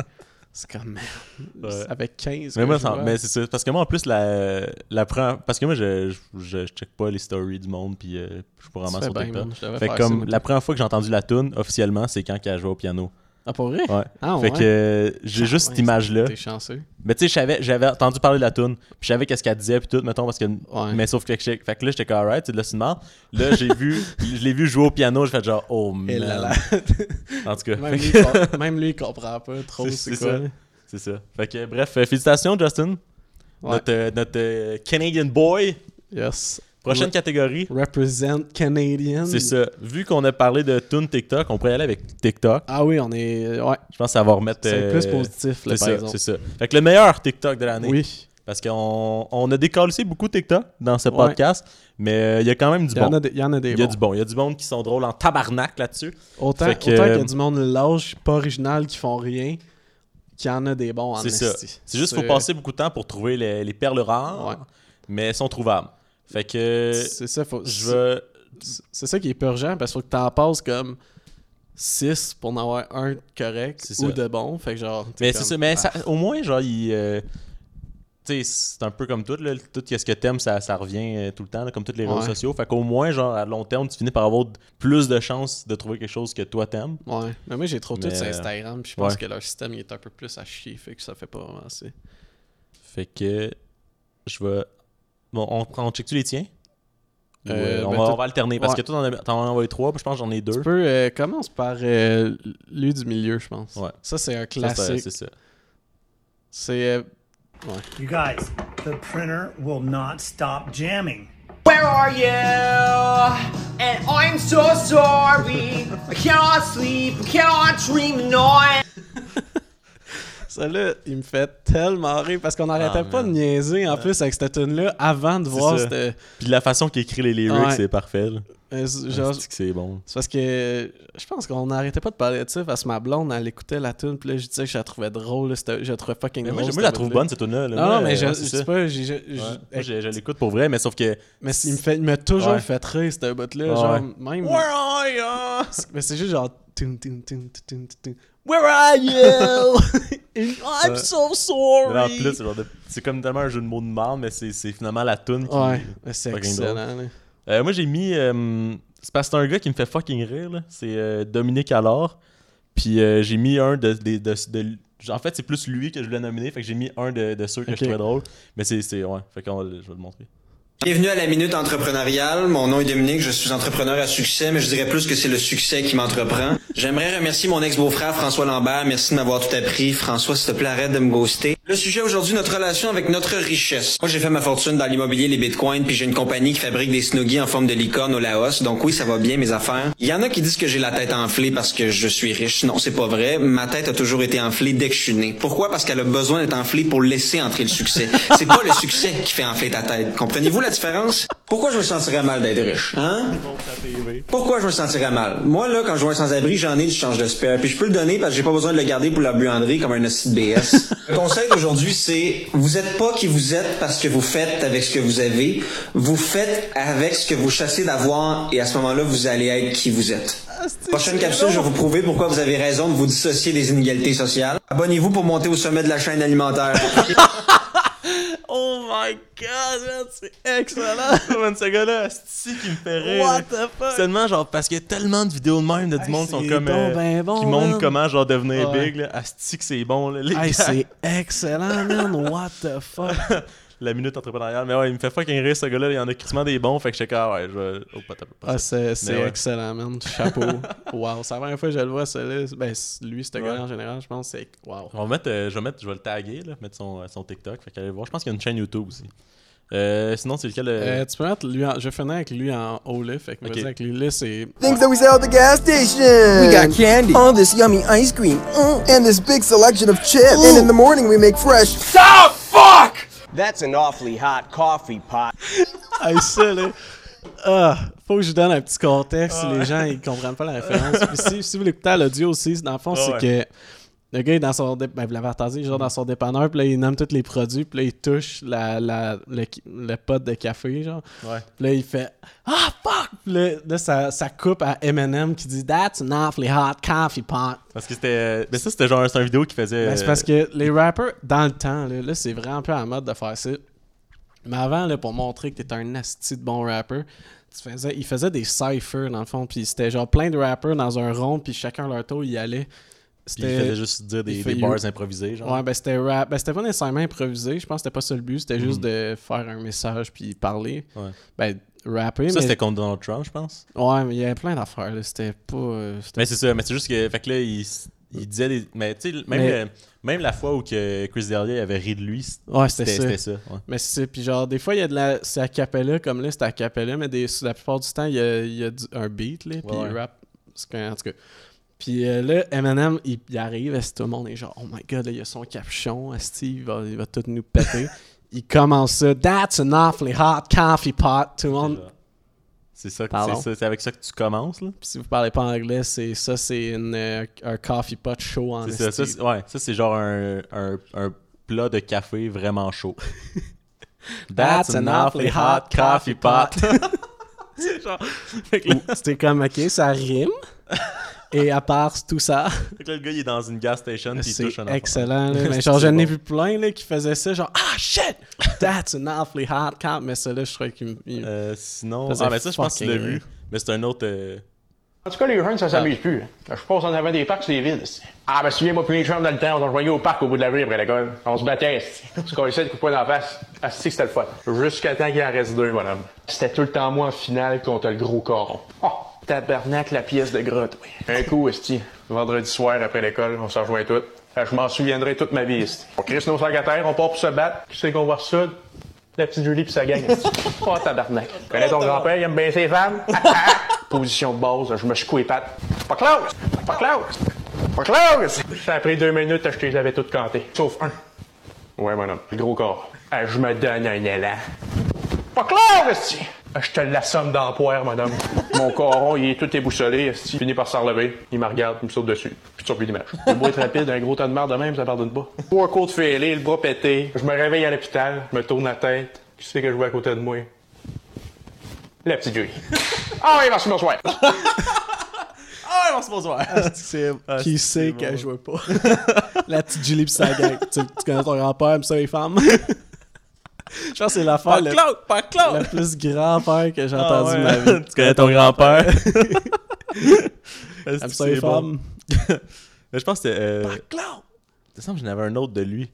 S2: C'est comme, merde.
S1: Ouais.
S2: Avec 15.
S1: Mais
S2: que
S1: moi,
S2: je
S1: ça-
S2: vois.
S1: mais c'est ça. Parce que moi, en plus, la, la première- Parce que moi, je, je, je- je check pas les stories du monde, puis euh, je suis pas
S2: Tu
S1: vraiment
S2: fais
S1: sur
S2: bien,
S1: TikTok.
S2: man, je devrais
S1: Fait
S2: faire
S1: que
S2: ça,
S1: comme
S2: moi.
S1: la première fois que j'ai entendu la tune officiellement, c'est quand qu'elle a joué au piano.
S2: Ah, pour vrai?
S1: Ouais.
S2: Ah,
S1: fait
S2: ouais.
S1: que euh, j'ai juste
S2: Ouais,
S1: cette image-là.
S2: T'es chanceux.
S1: Mais tu sais, je savais- j'avais entendu parler de la tune, puis je savais qu'est-ce qu'elle disait puis tout, mettons parce que
S2: Ouais.
S1: mais sauf que je- fait que là j'étais comme alright, c'est de la c'est une marde. Là, j'ai vu je l'ai vu jouer au piano, j'ai fait genre oh
S2: Et là,
S1: man.
S2: là.
S1: En tout cas, fait
S2: Même lui,
S1: que-
S2: il com- même lui, il comprend pas trop
S1: C'est-
S2: c'est
S1: c'est
S2: quoi.
S1: ça. c'est ça. Fait que bref, euh, félicitations Justin.
S2: Ouais.
S1: Notre, euh, notre, euh, Canadian Boy.
S2: Yes.
S1: Prochaine
S2: Re-
S1: catégorie.
S2: Represent Canadian.
S1: C'est ça. Vu qu'on a parlé de Toon TikTok, on pourrait aller avec TikTok.
S2: Ah oui, on est. Ouais.
S1: Je pense que ça va remettre.
S2: C'est
S1: euh,
S2: plus positif,
S1: C'est
S2: là, par
S1: ça,
S2: exemple.
S1: c'est ça. Fait que le meilleur TikTok de l'année.
S2: Oui.
S1: Parce qu'on on a décalcé beaucoup TikTok dans ce
S2: Ouais.
S1: podcast, mais euh, il y a quand même du
S2: Il y, en
S1: bon.
S2: a des, il y en a des
S1: Il y a
S2: bons.
S1: du bon. Il y a du monde qui sont drôles en tabarnak là-dessus.
S2: Autant
S1: Fait
S2: autant
S1: que- euh,
S2: qu'il y a du monde lâche, pas original, qui font rien, qu'il y en a des bons en
S1: C'est ça.
S2: esti.
S1: C'est juste qu'il faut passer beaucoup de temps pour trouver les, les perles rares,
S2: Ouais.
S1: mais elles sont trouvables. Fait que
S2: C'est ça, faut-
S1: euh, je veux.
S2: c'est- c'est ça qui est purgeant parce qu'il faut que t'en passes comme 6 pour en avoir un correct
S1: C'est
S2: ou
S1: ça.
S2: de bon. Fait que genre. t'es
S1: Mais
S2: comme,
S1: c'est ça. Mais
S2: ah,
S1: ça- au moins, genre, il. euh, tu sais, c'est un peu comme tout, là. Tout ce que t'aimes, ça, ça revient euh, tout le temps, là, comme tous les réseaux
S2: Ouais.
S1: sociaux. Fait qu'au moins, genre, à long terme, tu finis par avoir d- plus de chances de trouver quelque chose que toi t'aimes.
S2: Ouais. Mais moi, j'ai trop tout
S1: Mais,
S2: sur
S1: euh,
S2: Instagram. Puis je pense
S1: ouais.
S2: que leur système il est un peu plus à chier. Fait que ça fait pas vraiment assez.
S1: Fait que. Je vais. Bon, on, prend- on check-tu les tiens Ou,
S2: Euh,
S1: euh, on,
S2: ben,
S1: va,
S2: toi-
S1: on va alterner. Parce
S2: ouais.
S1: que toi, t'en as- t'en as envoyé trois, puis je pense que j'en ai deux.
S2: Tu peux. euh, commence par euh, lui du milieu, je pense.
S1: Ouais.
S2: Ça, c'est un
S1: Ça, c'est-
S2: classique.
S1: C'est ça.
S2: C'est. euh,
S9: You guys, the printer will not stop jamming.
S10: Where are you? And I'm so sorry. I cannot sleep, I cannot dream at night.
S2: Celle-là, il me fait tellement rire parce qu'on n'arrêtait
S1: Ah,
S2: pas de
S1: man.
S2: niaiser en plus avec cette tune là avant de voir
S1: ça.
S2: cette.
S1: Puis la façon qu'il écrit les lyrics,
S2: Ouais.
S1: c'est parfait. là.
S2: euh, genre,
S1: C'est que c'est bon.
S2: c'est parce que euh, je pense qu'on n'arrêtait pas de parler de ça parce que ma blonde, elle écoutait la tune puis là, je disais que je la trouvais drôle, là, c'était- je la trouvais fucking
S1: Mais moi,
S2: drôle.
S1: je- moi, je
S2: cette
S1: la trouve
S2: tune-là.
S1: bonne, cette tune-là. là.
S2: Non, non,
S1: Ouais,
S2: mais je,
S1: ouais,
S2: je
S1: c'est
S2: sais
S1: ça.
S2: pas, j'ai- j'ai- j'ai-
S1: Ouais. Moi, je, je l'écoute pour vrai, mais sauf que.
S2: mais il me fait, il m'a toujours
S1: Ouais.
S2: fait rire cette botte là,
S1: Ouais.
S2: genre même.
S1: are you?
S2: Mais c'est juste genre. Toum, toum, toum, toum, toum, toum. Where are you? I'm so sorry.
S1: en plus, c'est genre de- c'est comme tellement un jeu de mots de mal, mais c'est c'est finalement la toune qui.
S2: ouais, mais c'est
S1: Fucking
S2: excellent. là.
S1: Euh, moi, j'ai mis. euh, c'est parce que c'est un gars qui me fait fucking rire, là. C'est euh, Dominique Allard. Puis euh, j'ai mis un de, des- de- de- En fait, c'est plus lui que je voulais nominer, fait que j'ai mis un de, de ceux que
S2: Ok.
S1: je trouvais drôle. Mais c'est. c'est- Ouais, fait qu'on va le- je vais le montrer.
S10: Bienvenue à la Minute Entrepreneuriale. Mon nom est Dominique, je suis entrepreneur à succès, mais je dirais plus que c'est le succès qui m'entreprend. J'aimerais remercier mon ex-beau-frère François Lambert. Merci de m'avoir tout appris. François, s'il te plaît, arrête de me ghoster. Le sujet aujourd'hui, notre relation avec notre richesse. Moi, j'ai fait ma fortune dans l'immobilier, les bitcoins, puis j'ai une compagnie qui fabrique des snuggies en forme de licorne au Laos. Donc oui, ça va bien, mes affaires. Il y en a qui disent que j'ai la tête enflée parce que je suis riche. Non, c'est pas vrai. Ma tête a toujours été enflée dès que je suis né. Pourquoi? Parce qu'elle a besoin d'être enflée pour laisser entrer le succès. C'est pas le succès qui fait enfler ta tête. Comprenez-vous la différence? Pourquoi je me sentirais mal d'être riche? Hein? Pourquoi je me sentirais mal? Moi, là, quand je vois un sans-abri, j'en ai du change de spare. Puis je peux le donner parce que j'ai pas besoin de le garder pour la buanderie comme un hostie de BS. le conseil d'aujourd'hui, c'est vous êtes pas qui vous êtes parce que vous faites avec ce que vous avez. Vous faites avec ce que vous chassez d'avoir et à ce moment-là, vous allez être qui vous êtes. Prochaine capsule, je vais vous prouver pourquoi vous avez raison de vous dissocier des inégalités sociales. Abonnez-vous pour monter au sommet de la chaîne alimentaire.
S2: Oh my god, man, c'est excellent!
S1: Man, ce gars-là, c'est qui me fait rire.
S2: What the fuck?
S1: Seulement, genre, parce qu'il y a tellement de vidéos de même de du monde
S2: c'est
S1: sont comme.
S2: donc
S1: euh,
S2: ben bon,
S1: qui montrent
S2: man.
S1: comment, genre, devenir
S2: Ouais.
S1: big, là. Asti que c'est bon, là. Les
S2: Hey,
S1: gars.
S2: c'est excellent, man! What the fuck?
S1: La minute entrepreneuriale. Mais ouais, il me fait fucking rire, ce gars-là. Il y en a crissement des bons. Fait que je sais que, ah ouais, je vais. Oh, pas, pas- pas-
S2: Ah, c'est c'est
S1: ouais.
S2: excellent, man. Chapeau. wow, c'est la première fois que je le vois, celui-là. Ben, c- lui, ce
S1: Ouais.
S2: gars-là, en général, je pense, c'est. Wow.
S1: On va mettre, euh, je vais mettre, je vais le taguer, là, mettre son, euh, son TikTok. Fait qu'allez voir. Je pense qu'il y a une chaîne YouTube aussi. Euh, sinon, c'est lequel euh,
S2: Euh, tu peux mettre lui en... Je vais finir avec lui en haut, là. Fait que
S1: Ok.
S2: vas-y avec lui, là, c'est.
S10: Things that we sell at the gas station. We got candy. All this yummy ice cream. Mm, and this big selection of chips. And in the morning we make fresh. Stop! Fuck! That's an awfully hot coffee pot.
S2: Hey, ça, là. Ah, faut que je donne un petit contexte.
S1: Ah.
S2: Les gens, ils comprennent pas la référence. Puis si, si vous l'écoutez à l'audio aussi, dans le fond,
S1: Ah
S2: c'est que le gars, est dans son. dé- Ben, vous l'avez entendu, genre dans son dépanneur, puis là, il nomme tous les produits, puis là, il touche la, la, le, ki- le pot de café, genre.
S1: Ouais.
S2: Puis là, il fait Ah, fuck! Puis là, là, ça, ça coupe à Eminem qui dit That's an awfully hot coffee pot.
S1: Parce que c'était. euh, Mais ça, c'était genre, c'est un vidéo qui faisait. euh,
S2: Ben, c'est parce que les rappers, dans le temps, là, là, c'est vraiment un peu en mode de faire ça. Mais avant, là, pour montrer que t'es un nasty de bon rapper, tu faisais, ils faisaient des cyphers, dans le fond. Puis c'était genre plein de rappers dans un rond, puis chacun leur tour, y allait.
S1: Puis il faisait juste dire des,
S2: il fait-
S1: des bars improvisés, genre.
S2: Ouais, ben c'était rap. Ben c'était pas nécessairement improvisé. Je pense que c'était pas ça le but. C'était
S1: Mhm.
S2: juste de faire un message puis parler.
S1: Ouais.
S2: Ben, rapper.
S1: Ça,
S2: mais...
S1: c'était contre Donald Trump, je pense.
S2: Ouais, mais il y avait plein d'affaires. là. C'était pas. euh, c'était-
S1: Mais c'est ça, mais c'est juste que. Fait que là, il, s- il disait des. Mais tu sais, même,
S2: Mais-
S1: le- même la fois où que Chris Delia avait ri de lui, c-
S2: Ouais, c'était ça.
S1: c'était ça. ouais.
S2: Mais c'est ça. Puis genre, des fois, il y a de la. C'est a cappella, comme là, c'est a cappella, mais des... la plupart du temps, il y a, il y a du- un beat, là, puis
S1: Ouais.
S2: il rap. C'est quand- En tout cas. Puis euh, là, Eminem, il, il arrive, est tout le monde est genre, oh my god, là, il a son capuchon, est il va, il va tout nous péter. il commence ça, that's an awfully hot coffee pot, tout le monde.
S1: C'est ça, que-
S2: Pardon.
S1: c'est ça- c'est avec ça que tu commences, là.
S2: Puis si vous parlez pas anglais, c'est ça, c'est une, euh, un coffee pot chaud en
S1: C'est ça, ça,
S2: esti.
S1: c'est- ouais, ça c'est genre un, un, un plat de café vraiment chaud.
S2: That's an awfully hot coffee pot.
S1: C'est genre-
S2: Ou- C'était comme, ok, ça rime. Et à part tout ça,
S1: Fait que là, le gars, il est dans une gas station puis il
S2: c'est
S1: touche un enfant.
S2: excellent. là. Mais
S1: C'est
S2: genre, j'en ai
S1: bon.
S2: vu plein là, qui faisaient ça, genre, ah shit, that's an awfully hot coffee. Mais ça, là, je crois qu'il. il-
S1: Euh, sinon,
S2: Faisait
S1: ah, mais ça, je pense que tu l'as
S2: fucking
S1: vu.
S2: rire.
S1: Mais c'est un autre. euh,
S11: En tout cas, les Hurns, ça s'amuse plus. hein. Je passe en avant des parcs, c'est vide. c'est. Ah, ben, souviens-moi, plus les chums dans le temps, on se rejoignait au parc au bout de la rue après l'école. On se battait, c'est. on se collait de coups de poing dans la face. Ah, c'est que c'était le fun. Jusqu'à temps qu'il en reste deux, madame. C'était tout le temps moi en finale contre le gros coron. Oh, tabarnak, la pièce de grotte, oui. Un coup, esti. Vendredi soir après l'école, on se rejoint tous. Ah, Je m'en souviendrai toute ma vie, esti. On crisse nos sacs à terre, on part pour se battre. Qui c'est qu'on voit ça? La petite Julie pis sa gang. esti. Oh, tabarnak. Connais ton grand-père, il aime bien ses femmes? Position de base, je me secoue les pattes. Pas Klaus! Pas Klaus! Pas Klaus! Ça a pris deux minutes, je te les avais toutes cantées. Sauf un. Ouais, mon homme. Le gros corps. Ah, je me donne un élan. Pas Klaus, esti! Ah, Je te l'assomme dans la poire, mon homme. Mon coron, il est tout éboussolé, esti. Finit par s'enlever. Il me regarde, il me saute dessus. Puis tu revis l'image. Le bois est rapide, un gros tas de merde de même, ça pardonne pas. Trois côtes fêlées, le bras pété. Je me réveille à l'hôpital, je me tourne la tête. Qui c'est que je vois à côté de moi? La petite Julie. Ah oui, merci, bonsoir.
S1: Ah, on se bonsoir.
S2: c'est
S1: Ah,
S2: qui
S1: c'est
S2: sait qu'elle
S1: bon.
S2: jouait pas la petite Julie pis sa gang tu, tu connais ton grand-père aime ça les femmes je pense que c'est l'affaire
S1: Par
S2: le,
S1: Claude, par Claude!
S2: la plus grand-père que j'ai
S1: Ah,
S2: entendu
S1: ouais.
S2: de ma vie
S1: tu connais ton grand-père. Est-ce que
S2: aime ça
S1: c'est
S2: les
S1: bon?
S2: femmes
S1: Mais je pense que. euh,
S2: Claude
S1: Il me semble que j'en avais un autre de lui.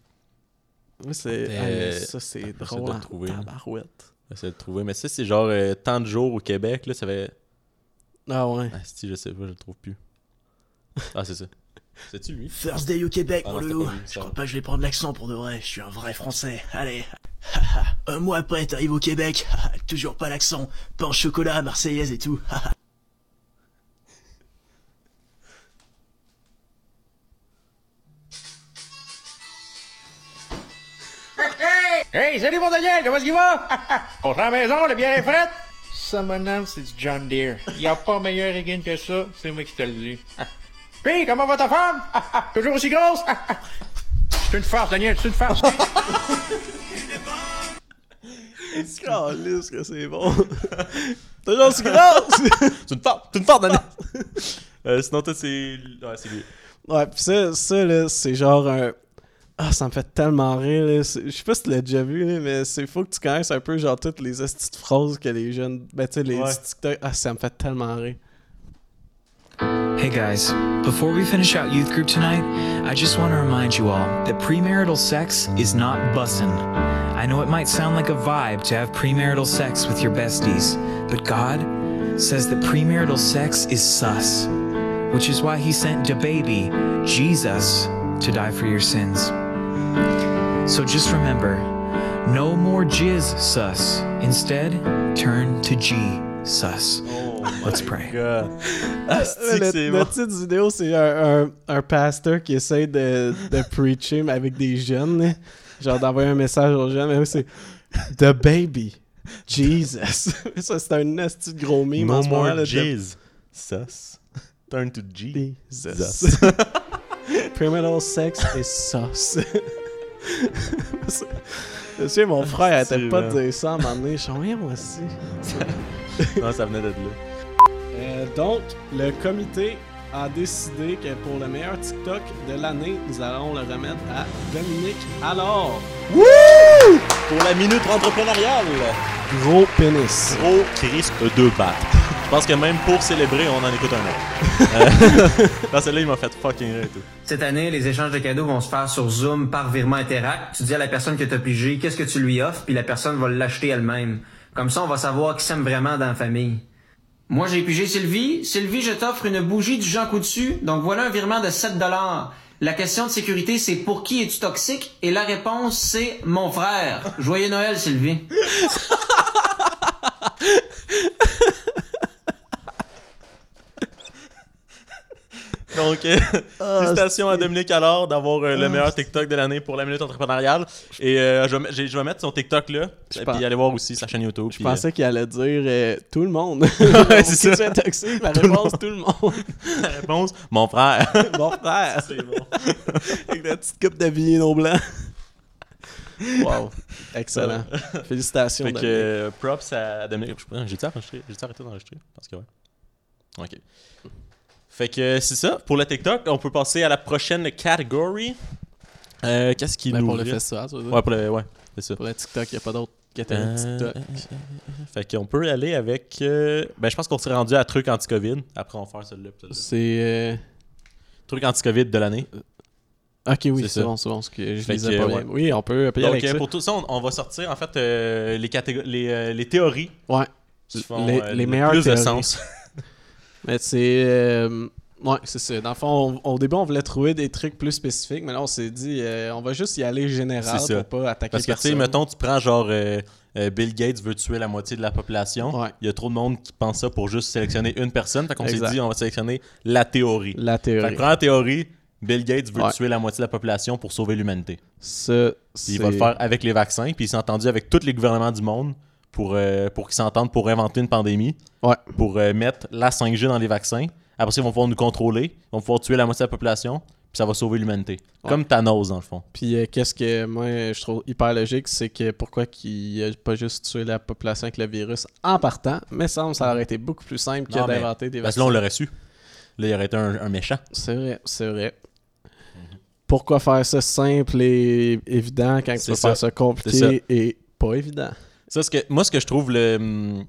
S2: Oui, c'est
S1: Mais-
S2: ah, mais ça c'est
S1: euh, Après, ça
S2: drôle
S1: doit
S2: en
S1: trouver, là.
S2: tabarouette
S1: J'essaie de trouver. Mais ça, c'est genre euh, tant de jours au Québec. Là, ça fait.
S2: ah ouais
S1: Ah, si, je sais pas, je le trouve plus. Ah, c'est ça. C'est-tu lui?
S12: First day au Québec,
S1: Ah
S12: mon
S1: non,
S12: loulou.
S1: c'était pas lui, ça.
S12: Je crois pas que je vais prendre l'accent pour de vrai, je suis un vrai français. Allez. un mois après, t'arrives au Québec. Toujours pas l'accent. Pain au chocolat, marseillaise et tout.
S13: Hey, salut mon Daniel, comment est-ce qu'il va? On sera à la maison, le bien est fret? Ça, mon nom, c'est du John Deere. Y a pas meilleur again que ça, c'est moi qui te le dis. Puis, comment va ta femme?
S11: Ah,
S13: Toujours aussi grosse? C'est une farce, Daniel, c'est une farce.
S2: Calisse que c'est bon toujours si grosse
S1: C'est une farce! C'est une farce, Daniel! Euh, sinon, toi, c'est. Ouais, c'est lui.
S2: Ouais, pis ça, ça là, c'est genre un. Ah, ça me fait tellement rire, là. C'est- Je sais pas si tu l'as déjà vu, là, mais c'est faut que tu connaisses un peu, genre, toutes les petites phrases que les jeunes. Ben, tu sais, les
S14: Ouais.
S2: TikTok. Ah, ça me fait tellement rire.
S14: Hey guys, before we finish out youth group tonight, I just want to remind you all that premarital sex is not bussin'. I know it might sound like a vibe to have premarital sex with your besties, but God says that premarital sex is sus, which is why he sent the baby, Jesus, to die for your sins. So just remember, no more jizz sus. Instead, turn to G sus. Let's pray.
S2: Ah,
S1: c'est-tu que
S2: le,
S1: c'est
S2: le
S1: bon.
S2: titre du vidéo, c'est un, un, un pasteur qui essaie de, de preacher, mais avec des jeunes, là. Genre, d'envoyer un message aux jeunes, mais oui, c'est The Baby. Jesus. ça, c'est un nasty de gros meme. en
S1: No
S2: ce moment,
S1: more
S2: là, de-
S1: jizz. Sus. Turn to G.
S2: Jesus. Criminal sex is sauce. Monsieur, mon frère, elle était pas de dire ça à un moment donné. Je suis rien, moi aussi.
S1: non, ça venait d'être là.
S2: Euh, donc, le comité a décidé que pour le meilleur TikTok de l'année, nous allons le remettre à Dominique Alors. Wouh!
S1: Pour la minute entrepreneuriale.
S2: Gros pénis.
S1: Gros Chris de battre. Je pense que même pour célébrer, on en écoute un autre. Euh, Parce que là, il m'a fait fucking rire et tout.
S15: Cette année, les échanges de cadeaux vont se faire Ah, sur Zoom par virement Interact. Tu dis à la personne que t'as pigé qu'est-ce que tu lui offres, puis la personne va l'acheter elle-même. Comme ça, on va savoir qui s'aime vraiment dans la famille. Moi, j'ai pigé Sylvie. Sylvie, je t'offre une bougie du Jean Coutu. Donc voilà un virement de 7 dollars. La question de sécurité, c'est pour qui es-tu toxique? Et la réponse, c'est mon frère. Joyeux Noël, Sylvie.
S1: Donc, euh,
S2: Ah,
S1: félicitations à Dominique alors d'avoir euh, le
S2: Ah,
S1: meilleur TikTok de l'année pour la minute entrepreneuriale. Et euh, je, vais, me- j'ai- je vais mettre son TikTok là. Et
S2: pense-
S1: puis allez voir aussi sa chaîne YouTube.
S2: Je pensais qu'il allait dire euh, tout le monde.
S1: c'est
S2: Qui
S1: ça.
S2: soit toxique, la
S1: Tout le
S2: réponse,
S1: monde.
S2: tout le monde.
S1: La réponse, mon frère.
S2: Mon frère.
S1: C'est bon.
S2: Avec la petite coupe d'habillé non blanc. Wow. Excellent. Euh, Félicitations.
S1: Fait que
S2: Dominique.
S1: euh, props à Dominique. Je sais pas, J'ai-tu enregistré? J'ai-tu arrêté d'enregistrer? Parce que ouais. OK. Fait que euh, c'est ça. Pour le TikTok, on peut passer à la prochaine catégorie. Euh, Qu'est-ce qu'il
S2: Ben,
S1: nous
S2: pour le
S1: reste?
S2: festival, ça veut dire.
S1: Ouais, pour le, ouais, c'est ça.
S2: Pour le TikTok, il n'y a pas d'autre
S1: Euh,
S2: catégorie TikTok.
S1: euh, euh, Fait qu'on peut aller avec. euh, ben, je pense qu'on s'est rendu à truc anti-COVID. Après, on va faire celui-là. puis celui-là.
S2: C'est. euh,
S1: Truc anti-COVID de l'année.
S2: Ok, oui,
S1: C'est
S2: c'est
S1: ça.
S2: bon, c'est bon. parce que je
S1: Fait
S2: lisais
S1: que,
S2: pas
S1: ouais.
S2: bien. Oui, on peut payer
S1: Donc,
S2: avec
S1: euh,
S2: ça.
S1: pour tout ça, on, on va sortir en fait euh, les, catég- les, euh, les théories.
S2: Ouais.
S1: qui font,
S2: les,
S1: euh,
S2: les
S1: le
S2: meilleures
S1: plus
S2: théories.
S1: de sens.
S2: Mais c'est. euh, ouais, c'est ça. Dans le fond, on- au début, on voulait trouver des trucs plus spécifiques, mais là, on s'est dit, euh, on va juste y aller général
S1: C'est ça.
S2: pour pas attaquer
S1: Parce que, tu sais,
S2: personne.
S1: mettons, tu prends genre euh, euh, Bill Gates veut tuer la moitié de la population. Il y a trop de monde qui pense ça pour juste sélectionner une personne. Fait qu'on s'est
S2: Exact.
S1: dit, on va sélectionner la théorie.
S2: La théorie.
S1: Fait que, première théorie, Bill Gates veut
S2: Ouais.
S1: tuer la moitié de la population pour sauver l'humanité.
S2: Ça,
S1: Puis Il va le
S2: c'est-
S1: faire avec les vaccins. Puis il s'est entendu avec tous les gouvernements du monde pour, euh, pour qu'ils s'entendent pour inventer une pandémie. Pour euh, mettre la 5G dans les vaccins. Après ça, ils vont pouvoir nous contrôler. Ils vont pouvoir tuer la moitié de la population. Puis ça va sauver l'humanité.
S2: Ouais.
S1: Comme Thanos, dans le fond.
S2: Puis euh, qu'est-ce que moi euh, je trouve hyper logique, c'est que pourquoi qu'il a pas juste tué la population avec le virus en partant, mais semble ça aurait été beaucoup plus simple que
S1: Non, mais-
S2: d'inventer des
S1: Parce que
S2: vaccins.
S1: là, on l'aurait su. Là, il aurait été un, un méchant.
S2: C'est vrai, c'est vrai.
S1: Mm-hmm.
S2: Pourquoi faire ça simple et évident quand tu
S1: C'est
S2: vas
S1: ça.
S2: faire ça compliqué
S1: C'est ça.
S2: et pas évident?
S1: Ça, ce que, moi, ce que je trouve le, hum,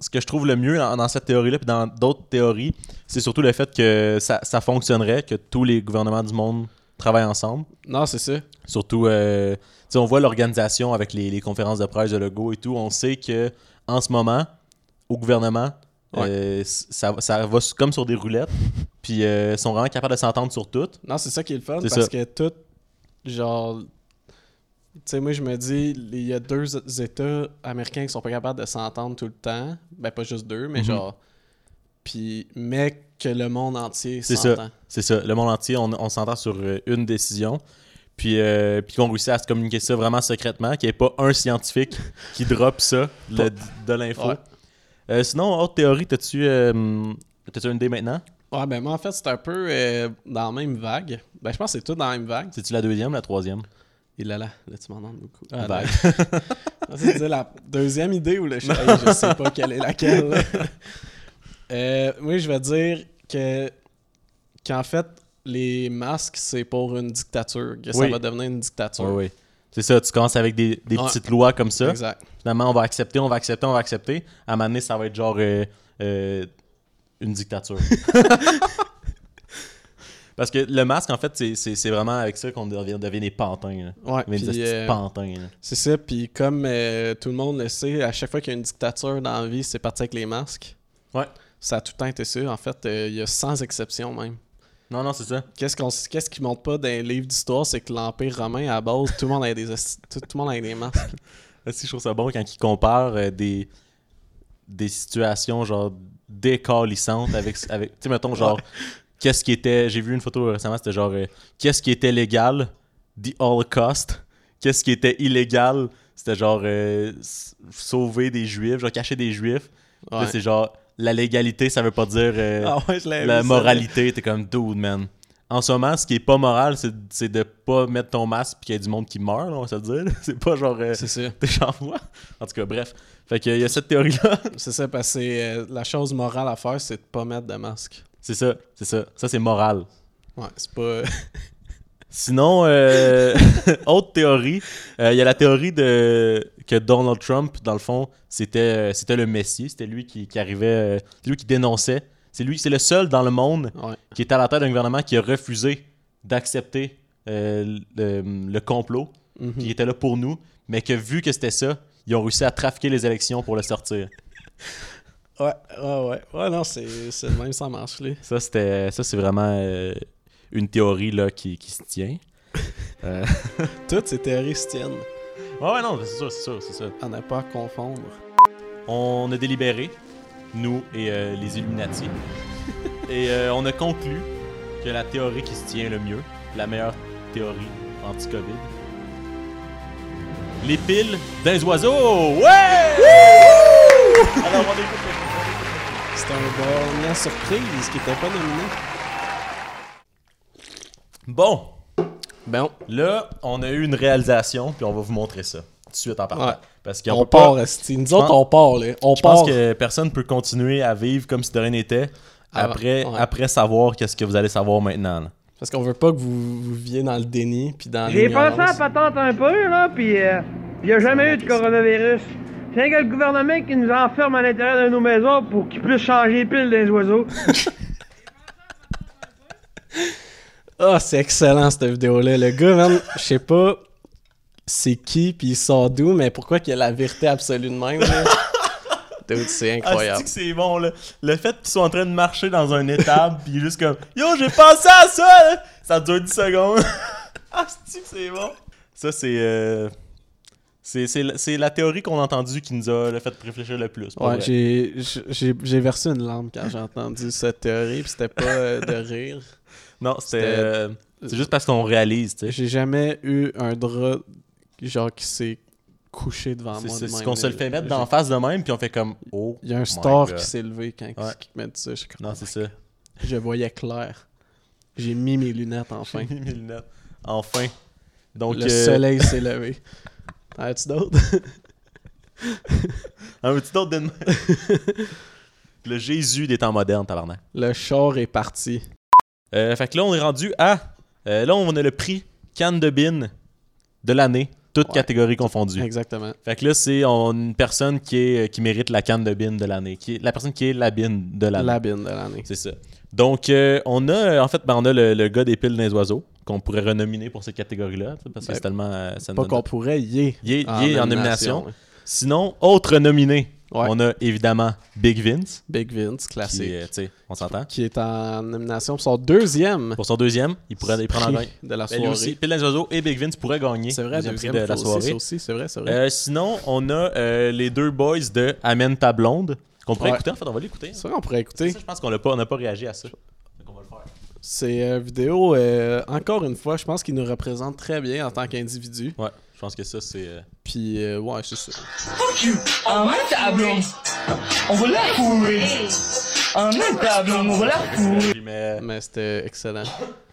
S1: ce que je trouve le mieux dans, dans cette théorie-là puis dans d'autres théories, c'est surtout le fait que ça, ça fonctionnerait, que tous les gouvernements du monde travaillent ensemble.
S2: Non, c'est ça.
S1: Surtout, euh, tu sais, on voit l'organisation avec les, les conférences de presse de Legault et tout. On sait que en ce moment, au gouvernement,
S2: Ouais.
S1: euh, s- ça, ça va s- comme sur des roulettes. Puis euh, ils sont vraiment capables de s'entendre sur tout.
S2: Non, c'est ça qui est le fun
S1: C'est
S2: parce
S1: ça.
S2: que tout, genre, tu sais, moi je me dis, il y a deux États américains qui sont pas capables de s'entendre tout le temps. Ben, pas juste deux, mais
S1: Mhm.
S2: genre, puis, mais que le monde entier
S1: C'est
S2: s'entend.
S1: ça. C'est ça. Le monde entier, on, on s'entend sur euh, une décision. Puis, euh, puis qu'on réussit à se communiquer ça vraiment secrètement, qu'il n'y ait pas un scientifique qui drop ça le- de l'info.
S2: Ouais.
S1: Euh, sinon, autre théorie, t'as-tu euh, t'as-tu une idée maintenant?
S2: Ouais, ben moi en fait, c'est un peu euh, dans la même vague. Ben, je pense que c'est tout dans la même vague.
S1: C'est-tu la deuxième, la troisième?
S2: Il là là, là tu m'en demandes beaucoup.
S1: Ah,
S2: là.
S1: vague.
S2: On s'est dit la deuxième idée ou le ch- Hey, je sais pas quelle est laquelle. là. Euh, moi je vais dire que qu'en fait les masques c'est pour une dictature, que ça
S1: Oui.
S2: va devenir une dictature.
S1: Oui, oui. C'est ça, tu commences avec des, des
S2: Ouais.
S1: petites lois comme ça.
S2: Exact.
S1: Finalement, on va accepter, on va accepter, on va accepter. À un moment donné, ça va être genre euh, euh, une dictature. Parce que le masque, en fait, c'est- c'est c'est vraiment avec ça qu'on devient, devient des pantins. là.
S2: Ouais,
S1: On devient des
S2: puis,
S1: petits
S2: euh,
S1: pantins. là.
S2: C'est ça, puis comme euh, tout le monde le sait, à chaque fois qu'il y a une dictature dans la vie, c'est parti avec les masques.
S1: Ouais.
S2: Ça a tout le temps été ça. En fait, euh, il y a sans exception même.
S1: Non, non, c'est ça.
S2: Qu'est-ce qu'on qu'est-ce qui montre pas dans les livres d'histoire, c'est que l'Empire romain, à la base, tout le monde avait des, esti- tout, tout le monde avait des masques.
S1: Si je trouve ça bon quand ils comparent euh, des, des situations genre décalissantes avec. avec tu sais, mettons, genre,
S2: Ouais.
S1: qu'est-ce qui était. J'ai vu une photo récemment, c'était genre, euh, qu'est-ce qui était légal The Holocaust. Qu'est-ce qui était illégal C'était genre, euh, s- sauver des juifs, genre, cacher des juifs. Puis là,
S2: Ouais.
S1: c'est genre, la légalité, ça veut pas dire euh,
S2: Ah ouais, je l'avais
S1: la
S2: vu, ça.
S1: moralité. T'es comme, dude, man. En ce moment, ce qui est pas moral, c'est c'est de pas mettre ton masque puis qu'il y a du monde qui meurt, là, on va se le dire. là. C'est pas genre. euh,
S2: C'est ça.
S1: T'es genre moi. En tout cas, bref. Fait qu'il y a cette théorie-là.
S2: C'est ça, parce que euh, la chose morale à faire, c'est de pas mettre de masque.
S1: C'est ça, c'est ça. Ça, c'est moral.
S2: Ouais, c'est pas.
S1: Sinon, euh, autre théorie, euh, il y a la théorie de que Donald Trump, dans le fond, c'était euh, c'était le Messie, c'était lui qui, qui arrivait, euh, c'est lui qui dénonçait. C'est lui, c'est le seul dans le monde qui est à la tête d'un gouvernement qui a refusé d'accepter euh, le, le complot,
S2: Mhm.
S1: qui était là pour nous, mais que vu que c'était ça, ils ont réussi à trafiquer les élections pour le sortir.
S2: Ouais, ouais, ouais. Ouais, non, c'est c'est le même sans marche, là.
S1: Ça, c'était, ça c'est vraiment euh, une théorie là, qui, qui se tient. Euh,
S2: Toutes ces théories se tiennent.
S1: Ouais, ouais, non, c'est sûr, c'est sûr, c'est sûr.
S2: On n'a pas à confondre.
S1: on a délibéré, nous et euh, les Illuminati, et euh, on a conclu que la théorie qui se tient le mieux, la meilleure théorie anti-COVID, les piles d'un oiseaux! Ouais! Alors, on écoute
S2: C'était un bon lien surprise qui n'était pas nominé.
S1: Bon. Bon. Là, on a eu une réalisation, puis on va vous montrer ça. Tout de suite en partant.
S2: Ouais.
S1: Parce
S2: On part, esti. Nous autres, on part, là. On
S1: Je pense
S2: part.
S1: que personne peut continuer à vivre comme si de rien n'était
S2: Ah,
S1: après,
S2: ouais.
S1: après savoir qu'est-ce que vous allez savoir maintenant. là.
S2: Parce qu'on veut pas que vous, vous viviez dans le déni, puis dans
S16: J'ai
S2: l'ignorance.
S16: passé à la patente un peu, là, puis il n'y a jamais eu de coronavirus. C'est rien que le gouvernement qui nous enferme à l'intérieur de nos maisons pour qu'ils puissent changer les piles des oiseaux.
S2: Ah, c'est excellent cette vidéo-là. Le gars, man, je sais pas c'est qui puis il sort d'où, mais pourquoi qu'il y a la vérité absolue de même, là. Dude, c'est
S1: Ah, c'est-tu
S2: incroyable.
S1: que c'est bon, là. Le fait qu'ils soient en train de marcher dans un étable, puis juste comme Yo, j'ai pensé à ça! là! Ça dure 10 secondes. ah, c'est-tu que c'est bon? Ça, c'est. euh, c'est- C'est la- c'est la théorie qu'on a entendue qui nous a le fait réfléchir le plus. pour
S2: Ouais,
S1: vrai.
S2: j'ai- j'ai j'ai versé une larme quand j'ai entendu cette théorie, puis c'était pas euh, de rire.
S1: Non, c'était. euh, c'est juste parce qu'on réalise, tu sais.
S2: J'ai jamais eu un drap genre qui s'est couché devant
S1: C'est-
S2: moi.
S1: C'est
S2: de
S1: c'est
S2: même,
S1: qu'on se
S2: là.
S1: le fait mettre
S2: J'ai-
S1: d'en face de même, puis on fait comme Oh.
S2: Il y a un
S1: my
S2: star
S1: God.
S2: qui s'est levé quand
S1: Ouais.
S2: qui met ça. Je, suis comme,
S1: Non, c'est ça.
S2: je voyais clair. J'ai mis mes lunettes enfin.
S1: J'ai mis mes lunettes. Enfin. Donc,
S2: le
S1: euh,
S2: soleil s'est levé. En as-tu d'autres?
S1: Un petit autre de même? Le Jésus des temps modernes, tabarnak.
S2: le char est parti.
S1: Euh, fait que là, on est rendu à. euh, là, on a le prix Cannes de Bin de l'année, toutes catégories confondues.
S2: Exactement.
S1: Fait que là, c'est on- une personne qui, est, euh, qui mérite la canne de bin de l'année. qui est- La personne qui est la bin de l'année.
S2: La bin de l'année.
S1: C'est ça. Donc, euh, on a, en fait, ben, on a le, le gars des piles des oiseaux, qu'on pourrait renominer pour cette catégorie-là, tu sais, parce que
S2: Ben,
S1: c'est tellement. euh, ça
S2: Pas
S1: nous
S2: qu'on
S1: donne-
S2: pourrait, y est.
S1: Il est, il est en nomination.
S2: ouais.
S1: Sinon, autre nominé, on a évidemment Big Vince.
S2: Big Vince, classique.
S1: Qui, euh, tu sais, on s'entend.
S2: Qui est en nomination pour son deuxième.
S1: Pour son deuxième, il pourrait il prend en
S2: Prix
S1: gagne.
S2: de la
S1: Ben, lui
S2: soirée.
S1: aussi, Pile des oiseaux et Big Vince pourraient gagner.
S2: C'est vrai,
S1: deuxième prix
S2: deuxième,
S1: de la
S2: faut aussi,
S1: soirée.
S2: ça aussi, c'est vrai, c'est vrai.
S1: Euh, sinon, on a euh, les deux boys de Amène ta blonde qu'on pourrait
S2: Ouais.
S1: écouter. En fait, on va l'écouter. hein.
S2: C'est vrai, on pourrait écouter.
S1: Ça, je pense qu'on n'a pas, on n'a pas réagi à ça.
S2: C'est une vidéo, euh, encore une fois, je pense qu'il nous représente très bien en tant qu'individu.
S1: Ouais, je pense que ça, c'est.
S2: Puis, euh, ouais, c'est ça.
S17: Fuck you! En même tableau, on va la fourrer. En même tableau, on va la fourrer.
S1: Mais,
S2: c'était excellent.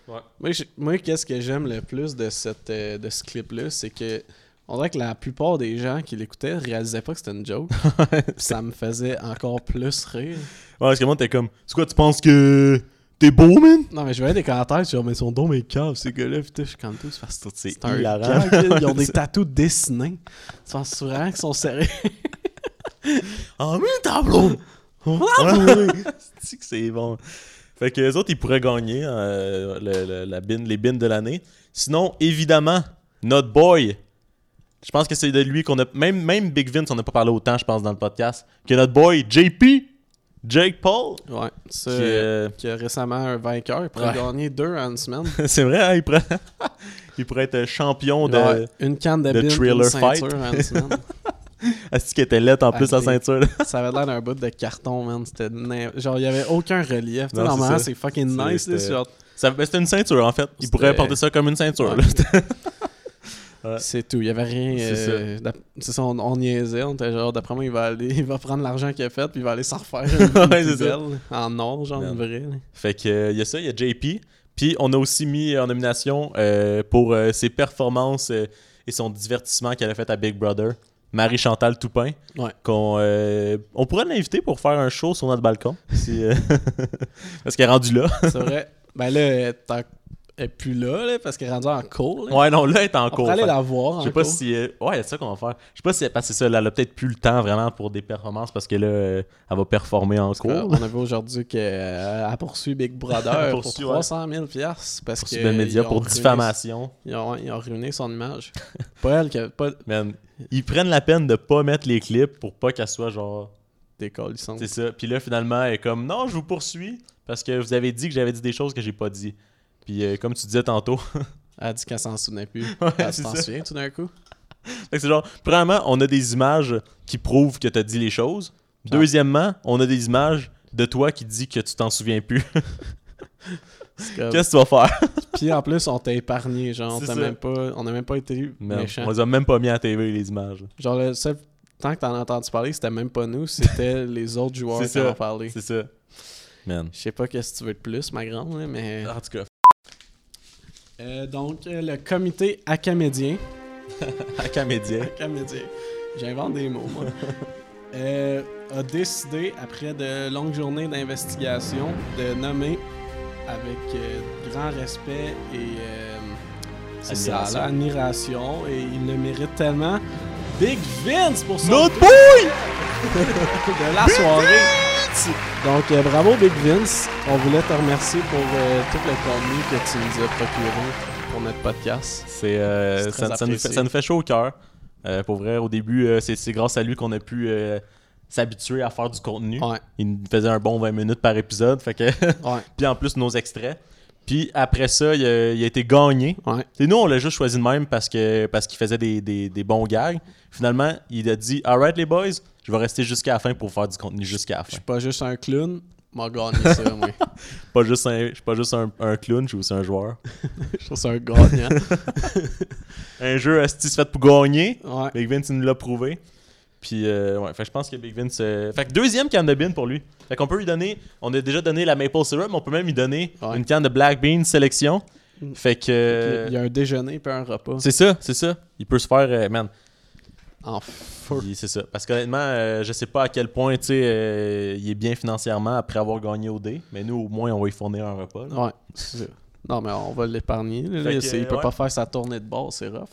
S1: Ouais.
S2: Moi, j'ai- moi, qu'est-ce que j'aime le plus de, cette, euh, de ce clip-là, c'est que on dirait que la plupart des gens qui l'écoutaient réalisaient pas que c'était une joke. Puis ça me faisait encore plus rire.
S1: Ouais, parce que moi, t'es comme. C'est quoi, tu penses que. T'es beau, man?
S2: Non, mais je voyais des commentaires, genre, mais ils sont donc mes caves, ces gars-là. Putain, je suis comme tous. parce que C'est un
S1: hilarant.
S2: gag, là. Ils ont des tatous dessinés. Tu penses vraiment qu'ils sont sérieux?
S1: En même tableau!
S2: Hein? Ouais.
S1: C'est que c'est bon. Fait que les autres, ils pourraient gagner euh, le- le- la bin, les bins de l'année. Sinon, évidemment, notre boy. Je pense que c'est de lui qu'on a. Même, même Big Vince, on n'a pas parlé autant, je pense, dans le podcast. Que notre boy JP, Jake Paul.
S2: Ouais, ça,
S1: Qui,
S2: qui,
S1: euh,
S2: a récemment un vainqueur. Il pourrait
S1: Ouais.
S2: gagner deux en une semaine.
S1: c'est vrai, hein, il, pourrait... il pourrait être champion de.
S2: Ouais, une canne de bin, une
S1: Thriller Fight.
S2: ceinture en une semaine.
S1: Est-ce qu'il était lettre en plus, la
S2: Ah, des-
S1: ceinture? là.
S2: ça avait l'air d'un bout de carton, man. C'était na- genre, il y avait aucun relief. Tu sais,
S1: Non,
S2: Normalement,
S1: ça.
S2: c'est fucking nice. là,
S1: c'était-
S2: c'est genre-
S1: Ça- ben, C'était une ceinture, en fait. Il pourrait porter ça comme une ceinture. là.
S2: C'est tout. Il y avait rien.
S1: C'est
S2: euh, d'ap- C'est ça, on, on niaisait. On était genre, d'après moi, il va aller, il va prendre l'argent qu'il a fait, puis il va aller s'en refaire une
S1: Ouais, c'est ça.
S2: poubelle en or, genre, une vraie. là.
S1: Fait que euh, il y a ça, il y a JP. Puis on a aussi mis en nomination euh, pour euh, ses performances euh, et son divertissement qu'elle a fait à Big Brother, Marie Chantal Toupin.
S2: Ouais.
S1: Qu'on euh, on pourrait l'inviter pour faire un show sur notre balcon. si, euh, parce qu'elle est rendue là.
S2: C'est vrai. Ben là, elle est en- elle est plus là, là, parce qu'elle est rendue en cours. là.
S1: Ouais, non, là, elle est en
S2: On
S1: cours.
S2: pourrait aller
S1: Fait-
S2: la voir.
S1: Je sais
S2: en
S1: pas
S2: cours.
S1: si. euh, ouais, c'est ça qu'on va faire. Je sais pas si elle passe ça. là, Elle a peut-être plus le temps vraiment pour des performances parce que là, euh, elle va performer en
S2: Euh,
S1: cours.
S2: on avait aujourd'hui qu'elle poursuit Big Brother pour
S1: Poursuit, ouais.
S2: 300 000 piastres parce
S1: Poursuit
S2: que
S1: Ben Media
S2: ils ont
S1: pour
S2: ruiné-
S1: diffamation.
S2: Ils ont, ils ont ruiné son image. pas elle qui a- pas-
S1: Man, ils prennent la peine de pas mettre les clips pour pas qu'elle soit genre
S2: Décalissante.
S1: C'est ça. Puis là, finalement, elle est comme non, je vous poursuis parce que vous avez dit que j'avais dit des choses que j'ai pas dit. Puis euh, comme tu disais tantôt.
S2: elle a dit qu'elle s'en souvenait plus.
S1: Ouais,
S2: elle
S1: c'est
S2: s'en
S1: ça.
S2: souvient tout d'un coup.
S1: Fait que c'est genre, premièrement, on a des images qui prouvent que t'as dit les choses. Deuxièmement, on a des images de toi qui dit que tu t'en souviens plus.
S2: comme-
S1: Qu'est-ce que tu vas faire?
S2: Puis en plus, on t'a épargné. Genre,
S1: C'est
S2: t'as
S1: ça.
S2: même pas, on n'a même pas été
S1: Merde,
S2: méchant.
S1: On les a même pas mis à la TV, les images.
S2: Genre, le seul temps que t'en as entendu parler, c'était même pas nous, c'était les autres joueurs
S1: C'est
S2: qui
S1: ça,
S2: en ont parlé.
S1: C'est ça. Man.
S2: Je sais pas qu'est-ce que tu veux de plus, ma grande, là, mais.
S1: En tout cas.
S2: donc, euh, le comité acamédien.
S1: Acamédien.
S2: acamédien. J'invente des mots, moi. Euh, a décidé, après de longues journées d'investigation, de nommer avec euh, grand respect et. euh, c'est ça,
S1: Admiration.
S2: là, admiration. Et il le mérite tellement. Big Vince pour son.
S1: Notre
S2: de la soirée. Donc, euh, bravo Big Vince. On voulait te remercier pour euh, tout le contenu que tu nous as procuré pour notre podcast.
S1: C'est, euh,
S2: C'est très
S1: ça, ça nous fait,
S2: apprécié.
S1: ça nous fait chaud au cœur. Euh, pour vrai, au début, euh, c'est, c'est grâce à lui qu'on a pu euh, s'habituer à faire du contenu. Il nous faisait un bon 20 minutes par épisode. Fait que Puis en plus, nos extraits. Puis après ça, il a, il a été gagné. Et nous, on l'a juste choisi de même parce, que, parce qu'il faisait des, des- des bons gags. Finalement, il a dit Alright, les boys, je vais rester jusqu'à la fin pour faire du contenu jusqu'à la fin.
S2: Pas juste un clown, m'a gagné ça, moi.
S1: Pas juste un, je suis pas juste un, un clown, je suis aussi un joueur.
S2: Je trouve ça un gagnant.
S1: un jeu Asti fait pour gagner.
S2: Ouais.
S1: Big Vince il nous l'a prouvé. Puis euh, ouais, fait que je pense que Big Vince. euh, Fait que deuxième canne de bean pour lui. Fait qu'on peut lui donner. On a déjà donné la maple syrup, mais on peut même lui donner une canne de black bean sélection.
S2: Mm.
S1: Fait que. euh,
S2: Il y a un déjeuner puis un repas.
S1: C'est ça, c'est ça. Il peut se faire, euh, man.
S2: En feu.
S1: C'est ça. Parce qu'honnêtement, euh, je sais pas à quel point, tu sais, euh, il est bien financièrement après avoir gagné au dé. Mais nous, au moins, on va lui fournir un repas. là.
S2: Ouais, c'est ça. Non, mais on va l'épargner. là,
S1: Fait
S2: là,
S1: que,
S2: c'est- il peut
S1: ouais.
S2: pas faire sa tournée de bord, c'est rough.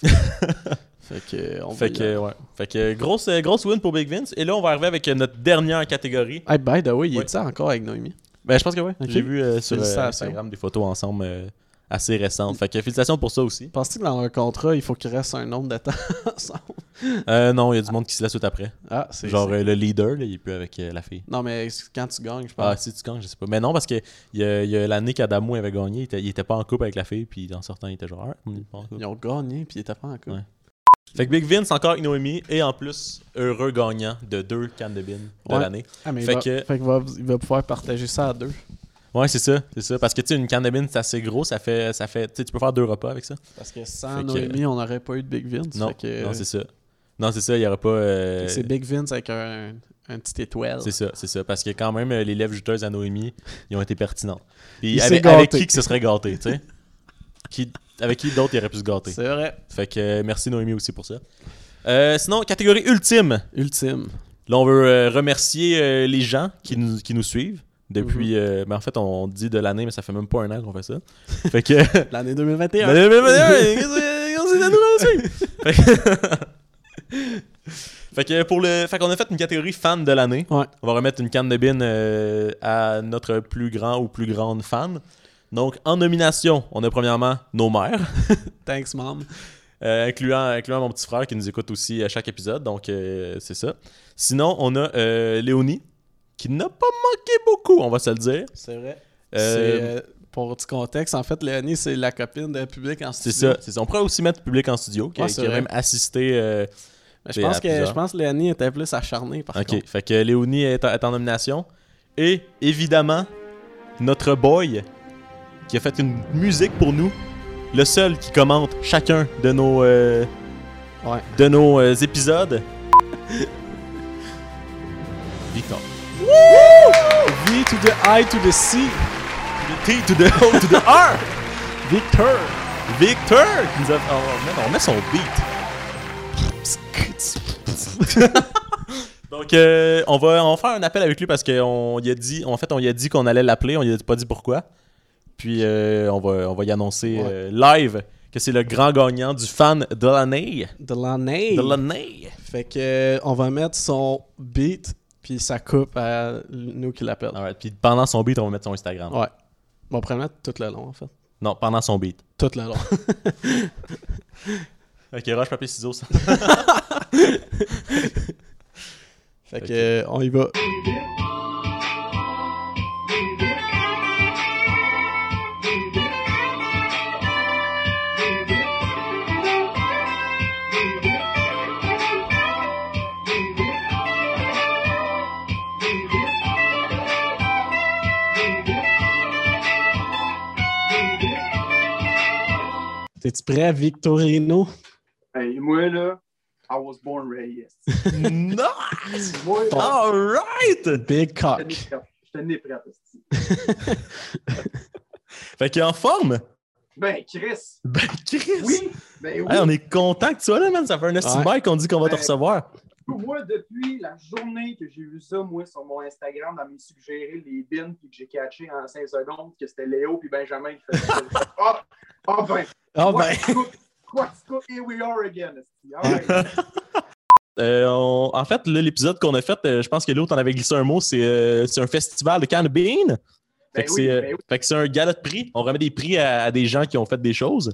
S2: fait que, euh, on va
S1: Fait
S2: y
S1: que,
S2: aller.
S1: ouais. Fait que, grosse, euh, grosse win pour Big Vince. Et là, on va arriver avec euh, notre dernière catégorie.
S2: Hey, by the way, il est encore avec Noémie?
S1: Ben, je pense que oui.
S2: Ok.
S1: J'ai vu euh, sur euh,
S2: Félicitations.
S1: Instagram des photos ensemble euh, assez récentes. Fait que, félicitations pour ça aussi.
S2: Penses-tu que dans un contrat, il faut qu'il reste un nombre de temps ensemble?
S1: Euh, non, il y a du monde qui se la saute après.
S2: Ah, c'est-
S1: Genre,
S2: c'est-
S1: euh, le leader, là, il est plus avec euh, la fille.
S2: Non, mais c'est quand tu gagnes, je pense.
S1: Ah, si tu gagnes, je sais pas. Mais non, parce que il y a- il y a l'année qu'Adamo avait gagné, il était, il était pas en couple avec la fille, puis en sortant, il était genre. Ah, on est pas en couple.
S2: Ils ont gagné, puis ils étaient pas en couple.
S1: Fait que Big Vince, encore avec Noémie, et en plus, heureux gagnant de deux cannes de bean de
S2: Ouais.
S1: l'année.
S2: Ah, mais
S1: fait
S2: il va,
S1: que.
S2: fait qu'il va- il va pouvoir partager ça à deux.
S1: Ouais, c'est ça, c'est ça. Parce que tu sais, une canne de bean, c'est assez gros, ça fait. Ça fait tu sais, tu peux faire deux repas avec ça.
S2: Parce que sans
S1: Fait que-
S2: Noémie, on n'aurait pas eu de Big Vince.
S1: Non,
S2: fait que-
S1: non c'est ça. Non, c'est ça, il y aurait pas. euh,
S2: fait que C'est Big Vince avec un, un petit étoile.
S1: C'est ça, c'est ça. Parce que quand même, euh, les lèvres juteuses à Noémie, ils ont été pertinentes. Puis
S2: Il s'est
S1: avec,
S2: gâté.
S1: avec qui que ce serait gâté, tu sais? Qui- avec qui d'autre il aurait pu se gâter?
S2: C'est vrai.
S1: Fait que euh, merci Noémie aussi pour ça. Euh, sinon, catégorie ultime.
S2: Ultime.
S1: Là, on veut euh, remercier euh, les gens qui nous, qui nous suivent. Depuis,
S2: Mhm.
S1: euh, ben, en fait, on dit de l'année, mais ça fait même pas un an qu'on fait ça. Fait que.
S2: L'année 2021.
S1: L'année 2021, qu'est-ce que- qu'est-ce que c'est de nous là-dessus? Fait que- Fait que pour le. Fait qu'on a fait une catégorie fan de l'année. On va remettre une canne de bin euh, à notre plus grand ou plus grande fan. Donc en nomination, on a premièrement nos mères.
S2: Thanks, mom.
S1: Euh, incluant, incluant mon petit frère qui nous écoute aussi à chaque épisode, donc euh, c'est ça. Sinon, on a euh, Léonie, qui n'a pas manqué beaucoup, on va se le dire.
S2: C'est vrai.
S1: Euh,
S2: pour du contexte, en fait, Léonie, c'est la copine de public en
S1: C'est
S2: studio.
S1: ça, c'est ça. On pourrait aussi mettre public en studio, qui,
S2: Ouais,
S1: qui
S2: c'est
S1: a
S2: vrai.
S1: même assisté. euh,
S2: Je
S1: à
S2: pense, que,
S1: plusieurs.
S2: je pense que Léonie était plus acharnée, par
S1: Ok,
S2: contre.
S1: fait que Léonie est en, est en nomination. Et évidemment, notre boy qui a fait une musique pour nous, le seul qui commente chacun de nos, euh, de nos euh, épisodes. Victor.
S2: V to the I to the C.
S1: T to the O to the R. Victor. Victor. qui nous a- oh, man, on met son beat. Donc, euh, on, va, on va faire un appel avec lui parce qu'on y a dit, en fait, on y a dit qu'on allait l'appeler, on y a pas dit pourquoi. Puis, euh, on, va, on va y annoncer euh, live que c'est le grand gagnant du fan de l'année.
S2: De l'année.
S1: De l'année.
S2: Fait que euh, on va mettre son beat puis sa coupe à nous qui l'appellent.
S1: Puis pendant son beat, on va mettre son Instagram.
S2: Ouais. Bon, on pourrait le mettre tout le long en fait.
S1: Non, pendant son beat.
S2: Tout le long.
S1: Ok, roche, papier, ciseaux, ça.
S2: Fait que, euh, on y va. T'es-tu prêt à Victorino?
S10: Hey, moi, là, I was born raised.
S1: nice!
S10: Moi,
S1: All right!
S2: Big
S10: je
S2: cock.
S10: suis prêt. Je suis prêt. hostie.
S1: Fait qu'il est en forme.
S10: Ben, Chris!
S1: Ben, Chris!
S10: Oui! Ben oui!
S1: Hey, on est content que tu sois là, man. Ça fait un esti
S10: Ouais.
S1: bail qu'on dit qu'on va te
S10: Ben,
S1: recevoir.
S10: Moi, depuis la journée que j'ai vu ça, moi, sur mon Instagram, dans mes suggérés, les bins, puis que j'ai catché en 5 secondes que c'était Léo puis Benjamin qui faisaient ça. Ah! Ah ben!
S1: Ah ben.
S10: What's good? What's good? Here we are again, esti. Ah ouais.
S1: Euh, on- En fait, là, l'épisode qu'on a fait, euh, je pense que l'autre, on avait glissé un mot, c'est euh, c'est un festival de canne bean. Fait que
S10: oui,
S1: c'est, euh,
S10: ben oui.
S1: fait que c'est un gala de prix. On remet des prix à, à des gens qui ont fait des choses.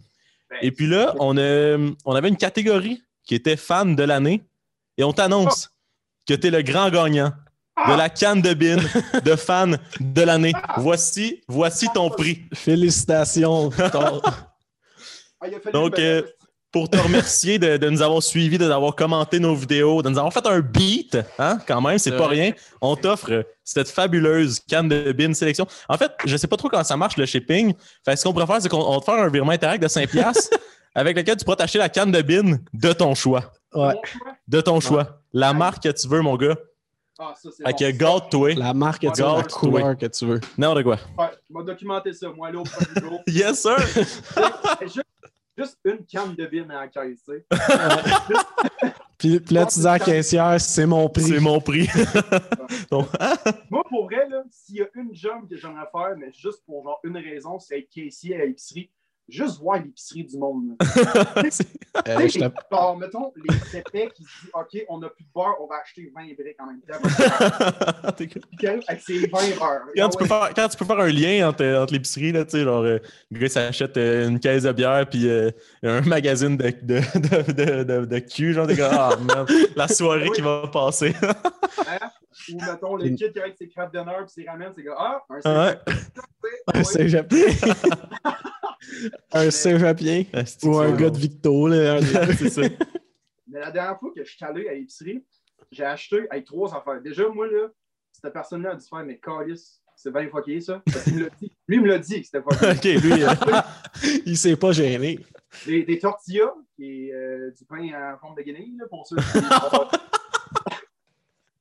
S10: Ben,
S1: Et puis là, on, a- on avait une catégorie qui était fan de l'année. Et on t'annonce
S10: Oh.
S1: que tu es le grand gagnant
S10: Ah.
S1: de la canne de bin de fan de l'année. Voici, voici ton prix.
S2: Félicitations. Victor.
S10: Ah, il a fallu
S1: Donc,
S10: me-
S1: euh, pour te remercier de, de nous avoir suivis, de nous avoir commenté nos vidéos, de nous avoir fait un beat, hein, quand même, c'est
S2: C'est
S1: pas
S2: vrai.
S1: rien. On t'offre euh, cette fabuleuse canne de bin sélection. En fait, je sais pas trop comment ça marche le shipping. Fait que ce qu'on pourrait faire, c'est qu'on on va te faire un virement interact de 5$ piastres avec lequel tu pourras t'acheter la canne de bin de ton choix.
S2: Ouais.
S1: De ton choix. La marque que tu veux, mon gars.
S10: Ah, ça, c'est
S1: Fait que
S10: bon.
S1: garde-toi.
S2: La marque que tu veux, la couleur que tu veux.
S1: Non, de quoi?
S10: Ouais, je vais documenter ça, moi, là, au premier jour.
S1: Yes, sir!
S10: juste, juste une canne de vin à la caisse, tu sais.
S2: Puis, puis là, tu dis à la caissière, c'est mon prix. C'est
S1: mon prix. Donc,
S10: Moi, pour vrai, là, s'il y a une job que j'aimerais faire, mais juste pour genre une raison, c'est être caissier à l'épicerie. Juste voir l'épicerie du monde. là. Tu sais,
S2: Eh ben, je te-
S10: genre, mettons, les épais qui se disent OK, on n'a plus de beurre, on va acheter 20 briques en même temps. Puis qui arrivent avec ses 20 beurres. Ah
S1: Quand tu, peux faire, quand tu peux faire un lien entre, entre l'épicerie, là, tu sais, genre, euh, le gars il s'achète euh, une caisse de bière puis euh, un magazine de, de, de, de, de- de cul, genre, des gars, ah, merde, la soirée qui va passer.
S10: Hein? Ou mettons, le kid qui arrive avec ses crêpes d'honneur et ses ramen, c'est comme Ah, un
S1: Ah
S10: cégep.
S2: Un cégepien. un
S1: Ah,
S2: cégepien. Ou un gars de Victo. Là,
S1: c'est ça.
S10: Mais la dernière fois que je suis allé à l'épicerie, j'ai acheté avec trois affaires. Déjà, moi, là, cette personne-là a dû faire, mais calice, c'est bien fucké, ça. Parce qu'il me l'a dit. Lui, il me l'a dit que c'était fucké.
S1: OK, lui, euh,
S2: il s'est pas gêné.
S10: Des, des tortillas et euh, du pain en forme de guenille, là, pour ceux qui n'ont pas,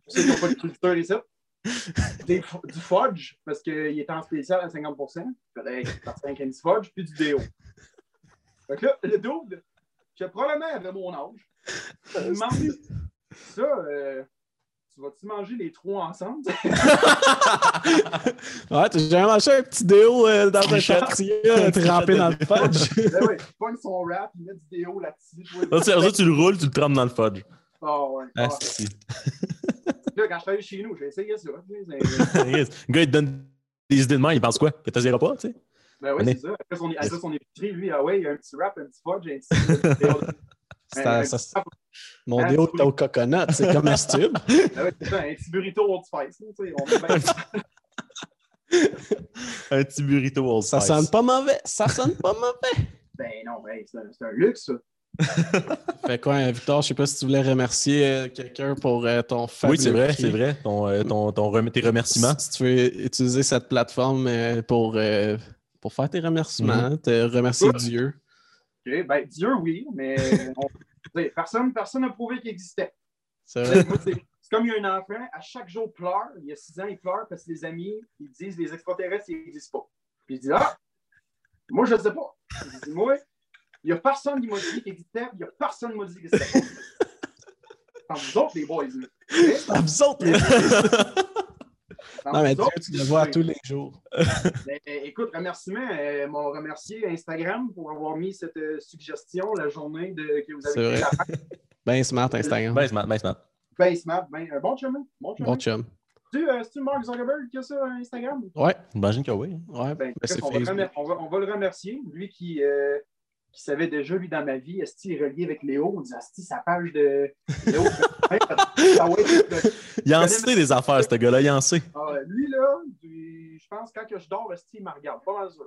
S10: pour ceux qui ont pas de culture et ça. Des f- du fudge, parce qu'il était en spécial à 50 Il fallait partir avec un petit fudge, puis du déo. Fait que là, le double, que probablement avait mon âge, il me demande, ça, euh, tu vas-tu manger les trois ensemble?
S2: Ouais, t'as jamais mangé un petit déo euh, dans un
S1: Trichette.
S2: tortilla trempé dans le fudge.
S10: ben oui, il pogne son rap, il met du déo là-dessus. tu vois.
S1: Là, tu, là, tu le roules, tu le trempes dans le fudge.
S10: Ah ouais.
S1: Ah,
S10: ah.
S1: si.
S10: Là, quand je travaillais chez nous, j'ai essayé ça. tu sais, c'est-
S1: Yes. Le gars, il te donne des idées de main, il pense quoi? Que t'as pas, tu sais?
S10: Ben oui,
S1: Venez.
S10: c'est ça. Après son, après son épicerie, lui, ah ouais, il y a un petit rap, un petit fudge, un petit.
S2: C'est
S10: un-
S2: un-
S10: un
S2: ça-
S10: petit rap.
S2: Mon déo t'as au coconut, c'est comme un stube.
S10: Ah ouais, c'est ça, un petit burrito old spice. là, tu sais, on est bien-
S1: Un petit burrito old
S2: Ça
S1: Spice.
S2: sonne pas mauvais, ça sonne pas mauvais.
S10: Ben non, ben, c'est un, c'est un luxe, ça.
S2: Fait quoi, hein, Victor, je sais pas si tu voulais remercier euh, quelqu'un pour euh, ton fabuleux
S1: Oui, c'est vrai,
S2: prix.
S1: c'est vrai. Ton, euh, ton, ton rem- tes remerciements.
S2: Si tu veux utiliser cette plateforme euh, pour, euh, pour faire tes remerciements,
S1: Mhm.
S2: te remercier Dieu.
S10: Ok, Ben, Dieu, oui, mais on- tu sais, personne personne n'a prouvé qu'il existait.
S2: C'est
S10: Tu sais, moi, C'est c'est comme il y a un enfant, à chaque jour, il pleure. Il y a six ans, il pleure parce que les amis, ils disent les extraterrestres, ils n'existent pas. Puis il dit Ah, moi, je ne sais pas. Il dit Moi, il n'y a personne qui m'a dit qu'il existait, il n'y a personne qui m'a dit qu'il existait pas. Dans vous autres, les boys. là.
S2: Ça me saute les
S10: Dans
S2: Non, mais
S10: vous
S2: Dieu,
S10: autres,
S2: tu le vois à tous les jours.
S10: Mais, euh, écoute, remerciement, euh, mon remercier Instagram pour avoir mis cette euh, suggestion la journée de, que vous
S2: C'est
S10: avez
S2: vrai.
S10: fait la
S2: Ben smart Instagram.
S1: Ben smart, ben smart.
S10: Basement. Ben, euh, bon chemin. Bon chemin.
S2: Bon chum.
S10: Tu, euh, C'est-tu Mark Zuckerberg qui a ça à Instagram?
S2: Ouais.
S1: J'imagine que oui.
S2: Ouais, ben,
S10: Ben,
S2: c'est
S10: on, va le
S2: Facebook.
S10: remer- on va- on va le remercier. Lui qui, euh, qui savait déjà, lui, dans ma vie, Esti est relié avec Léo. On dit Esti, sa page de Léo. Ah ouais, c'est-
S1: Il en sait des affaires, ce gars-là. Il en sait.
S10: Ah, lui, là, du- je pense quand que je dors, esti, il me regarde. Pas mal sûr.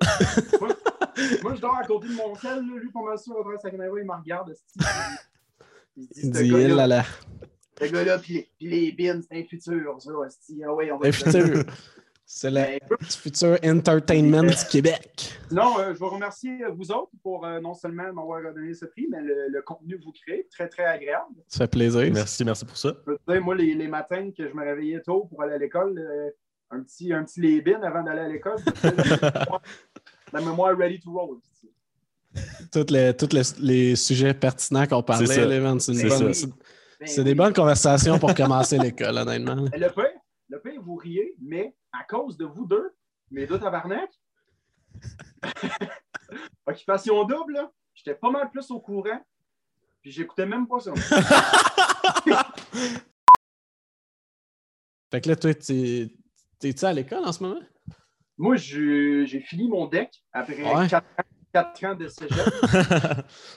S10: moi, moi, je dors à côté de mon sel, là, lui, pas mal sûr, à travers sa caméra, il me regarde. esti.
S2: Il
S10: ce
S2: dit,
S10: gars-là-
S2: il là là.
S10: Ce gars-là, pis les, pis les bins, c'est un futur, ça, esti. Ah ouais, Ben, on va
S2: Le futur. C'est le futur entertainment du Québec.
S10: Non, euh, je veux remercier euh, vous autres pour euh, non seulement m'avoir donné ce prix, mais le, le contenu que vous créez, très, très agréable.
S2: Ça fait plaisir.
S1: Merci, merci pour ça.
S10: Je peux te dire, moi, les, les matins que je me réveillais tôt pour aller à l'école, euh, un petit, un petit lébine avant d'aller à l'école, je faisais la, mémoire- la mémoire ready to roll.
S2: Tous les, toutes les, les sujets pertinents qu'on parlait,
S1: C'est ça.
S2: là, man, c'est une
S10: Ben
S1: C'est
S2: bonne-
S1: ça.
S2: c'est- c'est des bonnes conversations pour commencer l'école, honnêtement.
S10: Et Ben, Le pire, le pire, vous riez, mais à cause de vous deux, mes deux tabarnaks, occupation double, là, j'étais pas mal plus au courant, puis j'écoutais même pas ça.
S2: Fait que là, toi, t'es- t'es-tu à l'école en ce moment?
S10: Moi, je- j'ai fini mon deck après
S2: Ouais.
S10: 4, ans, quatre ans de cégep.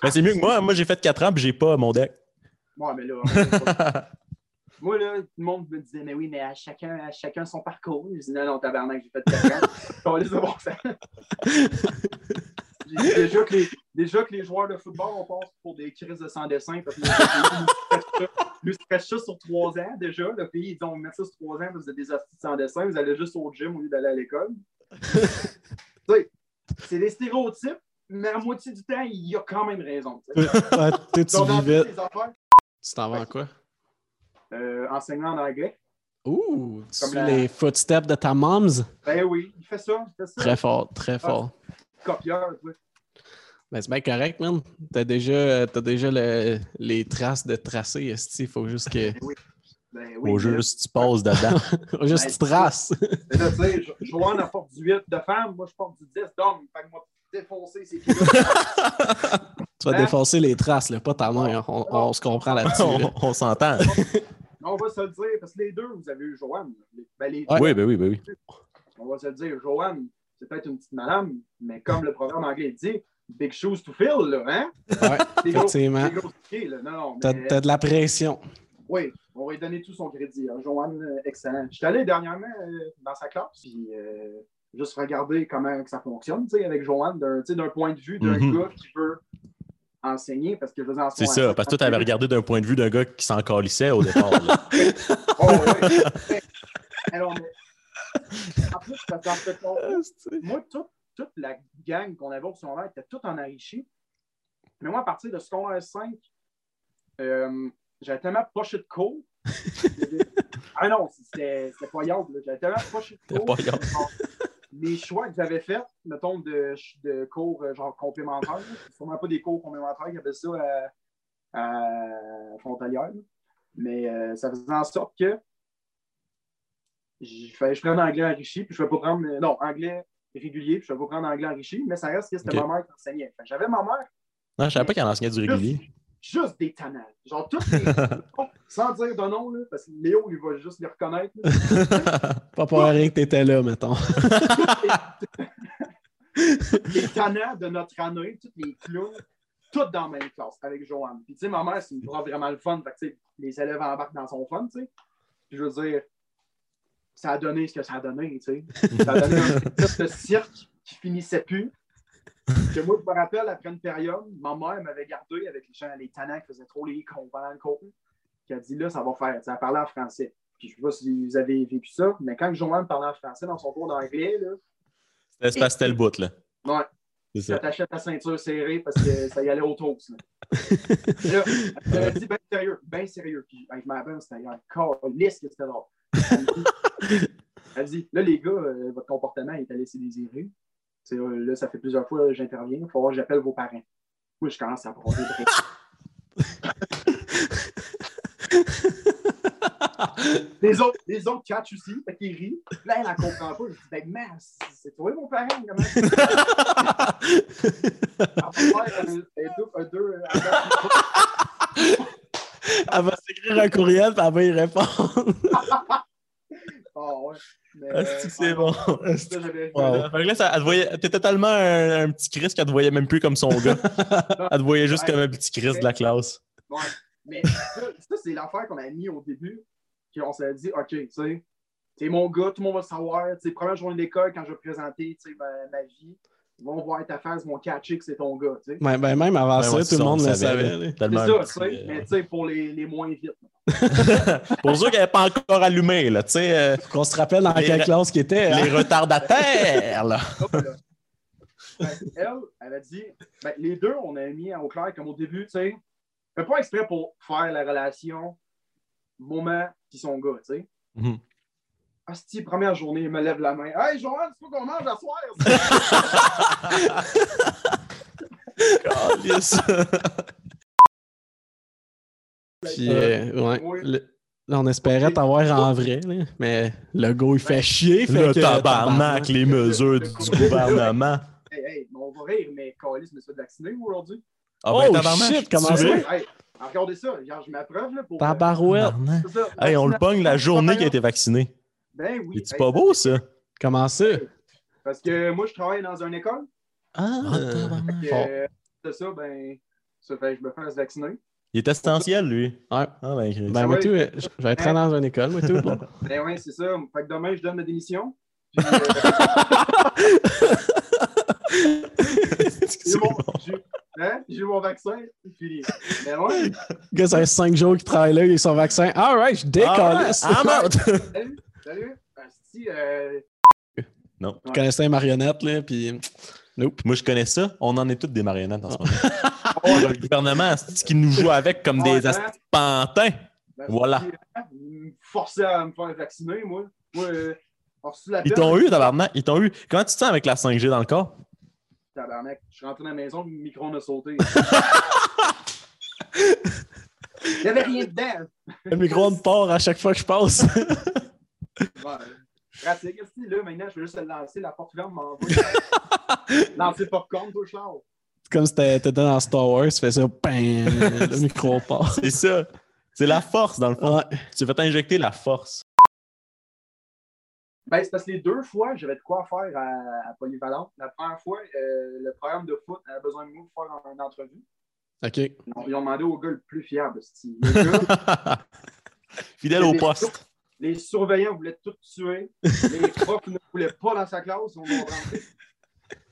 S1: Ben, c'est mieux que moi. Moi, j'ai fait 4 ans puis j'ai pas mon deck.
S10: Ouais, mais là, arrête pas. moi, là, tout le monde me disait, mais oui, mais à chacun, à chacun son parcours. Je dis, non, non, tabarnak, j'ai fait 4 ans. On les a bon sens. J'ai dit, déjà, que les, déjà que les joueurs de football, on passe pour des crises de sans dessin. Parce que nous, nous, nous stretch ça sur 3 ans déjà. Le pays, ils disent, on va mettre ça sur 3 ans, vous êtes des astuces sans dessin, vous allez juste au gym au lieu d'aller à l'école. Tu sais, c'est des stéréotypes, mais la moitié du temps, il y a quand même raison. tu sais.
S2: Ouais, toi, tu
S10: Donc, dans
S2: vivais-
S10: toutes les affaires,
S2: Tu t'en vas en quoi?
S10: euh, enseignant en anglais.
S2: Ouh, tu
S10: Comme
S2: suis
S10: la-
S2: les footsteps de ta mom's?
S10: Ben oui, il fait ça. il fait ça.
S2: Très fort, très
S10: Ah,
S2: fort.
S10: Copieur, oui.
S2: Ben, c'est bien correct, man. T'as déjà, euh, t'as déjà le- les traces de tracé, esti. Faut juste que.
S10: Ben oui.
S1: Au
S10: mais-
S1: juste, tu passes dedans.
S2: Faut juste que tu traces.
S10: Mais là, tu sais, Jo- Joanne, elle porte du 8 de femme, moi, je porte du 10 d'homme. Fait que moi, défoncer, c'est qui
S2: Tu vas
S10: Hein?
S2: défoncer les traces, là, pas ta main. hein. On, on se comprend là-dessus.
S1: On- on s'entend.
S10: On va se le dire, parce que les deux, vous avez eu Joanne. Les- Ben, les
S1: Oui, ben oui, ben oui.
S10: On va se le dire, Joanne, c'est peut-être une petite madame, mais comme le programme anglais dit, big shoes to fill, là, hein?
S2: Ouais,
S10: C'est gros-
S2: effectivement.
S10: c'est gros pied, là. Non, non,
S2: T'as
S10: mais-
S2: t'as de la pression.
S10: Oui, on va lui donner tout son crédit. hein. Joanne, euh, excellent. J'étais allé dernièrement euh, dans sa classe, puis euh, juste regarder comment que ça fonctionne tu sais, avec Joanne, d'un tu sais, d'un point de vue d'un
S1: Mhm.
S10: gars qui veut enseigner, parce que je faisais en
S1: C'est
S10: son-
S1: ça, parce que toi, t'avais regardé d'un point de vue d'un gars qui s'en calissait au départ. là.
S10: Oh, Alors, mais- En plus, parce qu'en fait, on- moi, toute, toute la gang qu'on avait au secondaire était toute en enrichie. Mais moi, à partir de secondaire 5, euh, j'avais tellement poché de cours. ah non, c'était c'était pas yard, là. J'avais tellement poché de
S1: T'as pas
S10: cours.
S1: regardé.
S10: Les choix que j'avais faits, mettons, de, de cours euh, genre complémentaires, là. c'est sûrement pas des cours complémentaires, ils appellent ça à, à Frontalière, là. Mais euh, ça faisait en sorte que je, fais- je prenne anglais enrichi, puis je vais pas prendre. euh, Non, anglais régulier, puis je vais pas prendre anglais enrichi, mais ça reste que c'était
S1: Ok.
S10: ma mère qui enseignait. Fait que J'avais ma mère
S1: Non, je savais pas qu'il en enseignait du régulier.
S10: juste des tannades. Genre, toutes les. sans dire de nom, là, parce que Léo, il va juste les reconnaître. là.
S2: Pas pour rien que t'étais là, mettons.
S10: les tannades de notre année, toutes les clowns, toutes dans la même classe avec Joanne. Puis, tu sais, ma mère, c'est une prof vraiment le fun. Fait que, tu sais, les élèves embarquent dans son fun, tu sais. Puis, je veux dire, ça a donné ce que ça a donné, tu sais. Ça a donné un espèce de cirque qui finissait plus. Que moi, je me rappelle, après une période, ma mère m'avait gardé avec les gens, les tannants qui faisaient trop les cons pendant le cours. Qui a dit, là, ça va faire. Tu sais, elle parlait en français. Puis, je sais pas si vous avez vécu ça, mais quand Joanne parlait en français dans son cours d'anglais, là,
S1: C'était c'est parce que c'était le bout, là.
S10: Ouais.
S1: C'est ça.
S10: T'attachais ta ceinture serrée parce que ça y allait au toast. là. Puis là, elle m'avait dit ben sérieux, ben sérieux. Puis hey, je m'appelle, c'était un calice que c'était drôle. Elle me dit, elle me dit, là les gars, euh, votre comportement est à laisser désirer. C'est, euh, là, ça fait plusieurs fois que j'interviens. Il faut voir que j'appelle vos parents. Moi, je commence à broder. de rire. les autres, les autres catchent aussi, fait qu'ils rient. Puis Là, elle la comprend pas. Je dis, ben, man, c'est- c'est toi mon parent, comment? euh,
S1: Ah,
S2: Elle va s'écrire un courriel, puis elle va y répondre.
S10: Oh, ouais. Mais,
S1: Ah, c'est-tu que c'est
S10: euh,
S1: bon.
S10: ça, j'avais-
S1: Wow. Fait que là, ça- elle te voyait- t'étais tellement un, un petit Chris qu'elle te voyait même plus comme son gars. Elle te voyait juste comme un petit Chris de la classe.
S10: Ouais. Mais ça, ça, c'est l'affaire qu'on a mis au début, que qu'on s'est dit, OK, tu sais, t'es mon gars, tout le monde va le savoir. Tu sais, première journée de l'école, quand je vais présenter tu sais, ma, ma vie, ils vont voir ta face, ils vont catcher que c'est ton gars. tu sais.
S2: Ben, ben, même avant
S1: Ouais,
S2: ça,
S1: ouais,
S2: tout le
S1: ça, on
S2: monde
S1: le
S2: le
S1: savait,
S2: savait. euh,
S1: là.
S2: là.
S1: Tellement
S10: C'est ça, tu sais, mais tu sais, pour les, les moins vite.
S1: Pour ceux qui n'avaient pas encore allumé, là, tu sais. euh,
S2: Qu'on se rappelle dans quelle classe qu'il était, hein?
S1: Les retardataires, là.
S10: Fait que Ben, elle, elle a dit, ben, les deux, on a mis au clair comme au début, tu sais, fais pas exprès pour faire la relation, moment, puis son gars, tu sais.
S1: Mhm.
S10: Asti, première journée, il me lève la main. Hey, Joël, c'est quoi qu'on mange à soir?
S1: Calice.
S10: Ben,
S2: Puis,
S1: Euh,
S2: euh, ouais.
S1: oui.
S2: Le- là, on espérait t'avoir en vrai, là, mais le go, il fait chier. Fait
S1: Le
S2: que,
S1: tabarnak, les mesures du gouvernement.
S10: hey, hey, on va rire, mais Calis me suis fait vacciner moi, aujourd'hui.
S1: Ah ben,
S2: Oh,
S1: tabarnak,
S2: shit,
S1: tu
S2: comment
S1: veux?
S2: ça?
S10: Hey, regardez ça, genre, je m'appreuve là pour. euh,
S2: Tabarouette.
S10: C'est ça,
S1: Hey, on le
S10: vaccination.
S1: pogne la journée qu'il a été vacciné.
S10: Ben oui.
S1: C'est
S10: hey,
S1: pas beau, ça?
S2: Comment ça?
S10: Parce que moi, je travaille dans une école.
S1: Ah,
S10: Fait que, euh, c'est ça, ben, ça fait que je me fasse vacciner.
S1: Il est essentiel, lui.
S2: Ah,
S1: ben, Chris.
S2: Ben, moi, tout, euh, je je vais être dans une école, moi, tout. bon.
S10: Ben oui, c'est ça. Fait que demain, je donne ma démission. euh, J'ai mon, j'ai- hein, j'ai mon vaccin, puis ben ouais.
S2: Le gars, ça fait 5 jours qu'il travaille là, il est son vaccin. Alright, je décalisse.
S10: Salut, salut. Asti, euh,
S1: Non.
S2: Je connaissais les marionnettes, là, puis nope.
S1: Moi, je connais ça. On en est toutes des marionnettes en ce moment. le gouvernement, c'est ce qu'il nous joue avec comme des
S10: Ouais, hein?
S1: asti de pantins.
S10: ben,
S1: Voilà.
S10: asti, hein, vous me forcez à me faire vacciner, moi. Moi, euh, on a reçu la
S1: Ils
S10: peine.
S1: t'ont eu, tabarnak. Ils t'ont eu. Comment tu te sens avec la 5G dans le corps?
S10: Tabarnak, je suis rentré dans la maison, le micro a sauté. Il n'y avait rien dedans.
S2: Le micro me part à chaque fois que je passe.
S10: Ouais. Pratique, esti, là, maintenant, je vais juste le lancer, la porte ouverte m'envoie. lancer le popcorn, toi, Charles.
S2: C'est comme si t'étais t'étais dans Star Wars, tu fais ça, ben, bang, le micro part.
S1: C'est ça. C'est la force, dans le fond. Tu vas t'injecter la force.
S10: Ben, c'est parce que les deux fois, j'avais de quoi faire à, à Polyvalente. La première fois, euh, le programme de foot avait besoin de moi pour faire un- une entrevue.
S2: OK.
S10: Ils ont, ils ont demandé au gars le plus fiable. esti. Le gars,
S1: Fidèle au
S10: les-
S1: poste.
S10: les surveillants voulaient tout tuer. Les profs ne voulaient pas dans sa classe. On l'a rentré.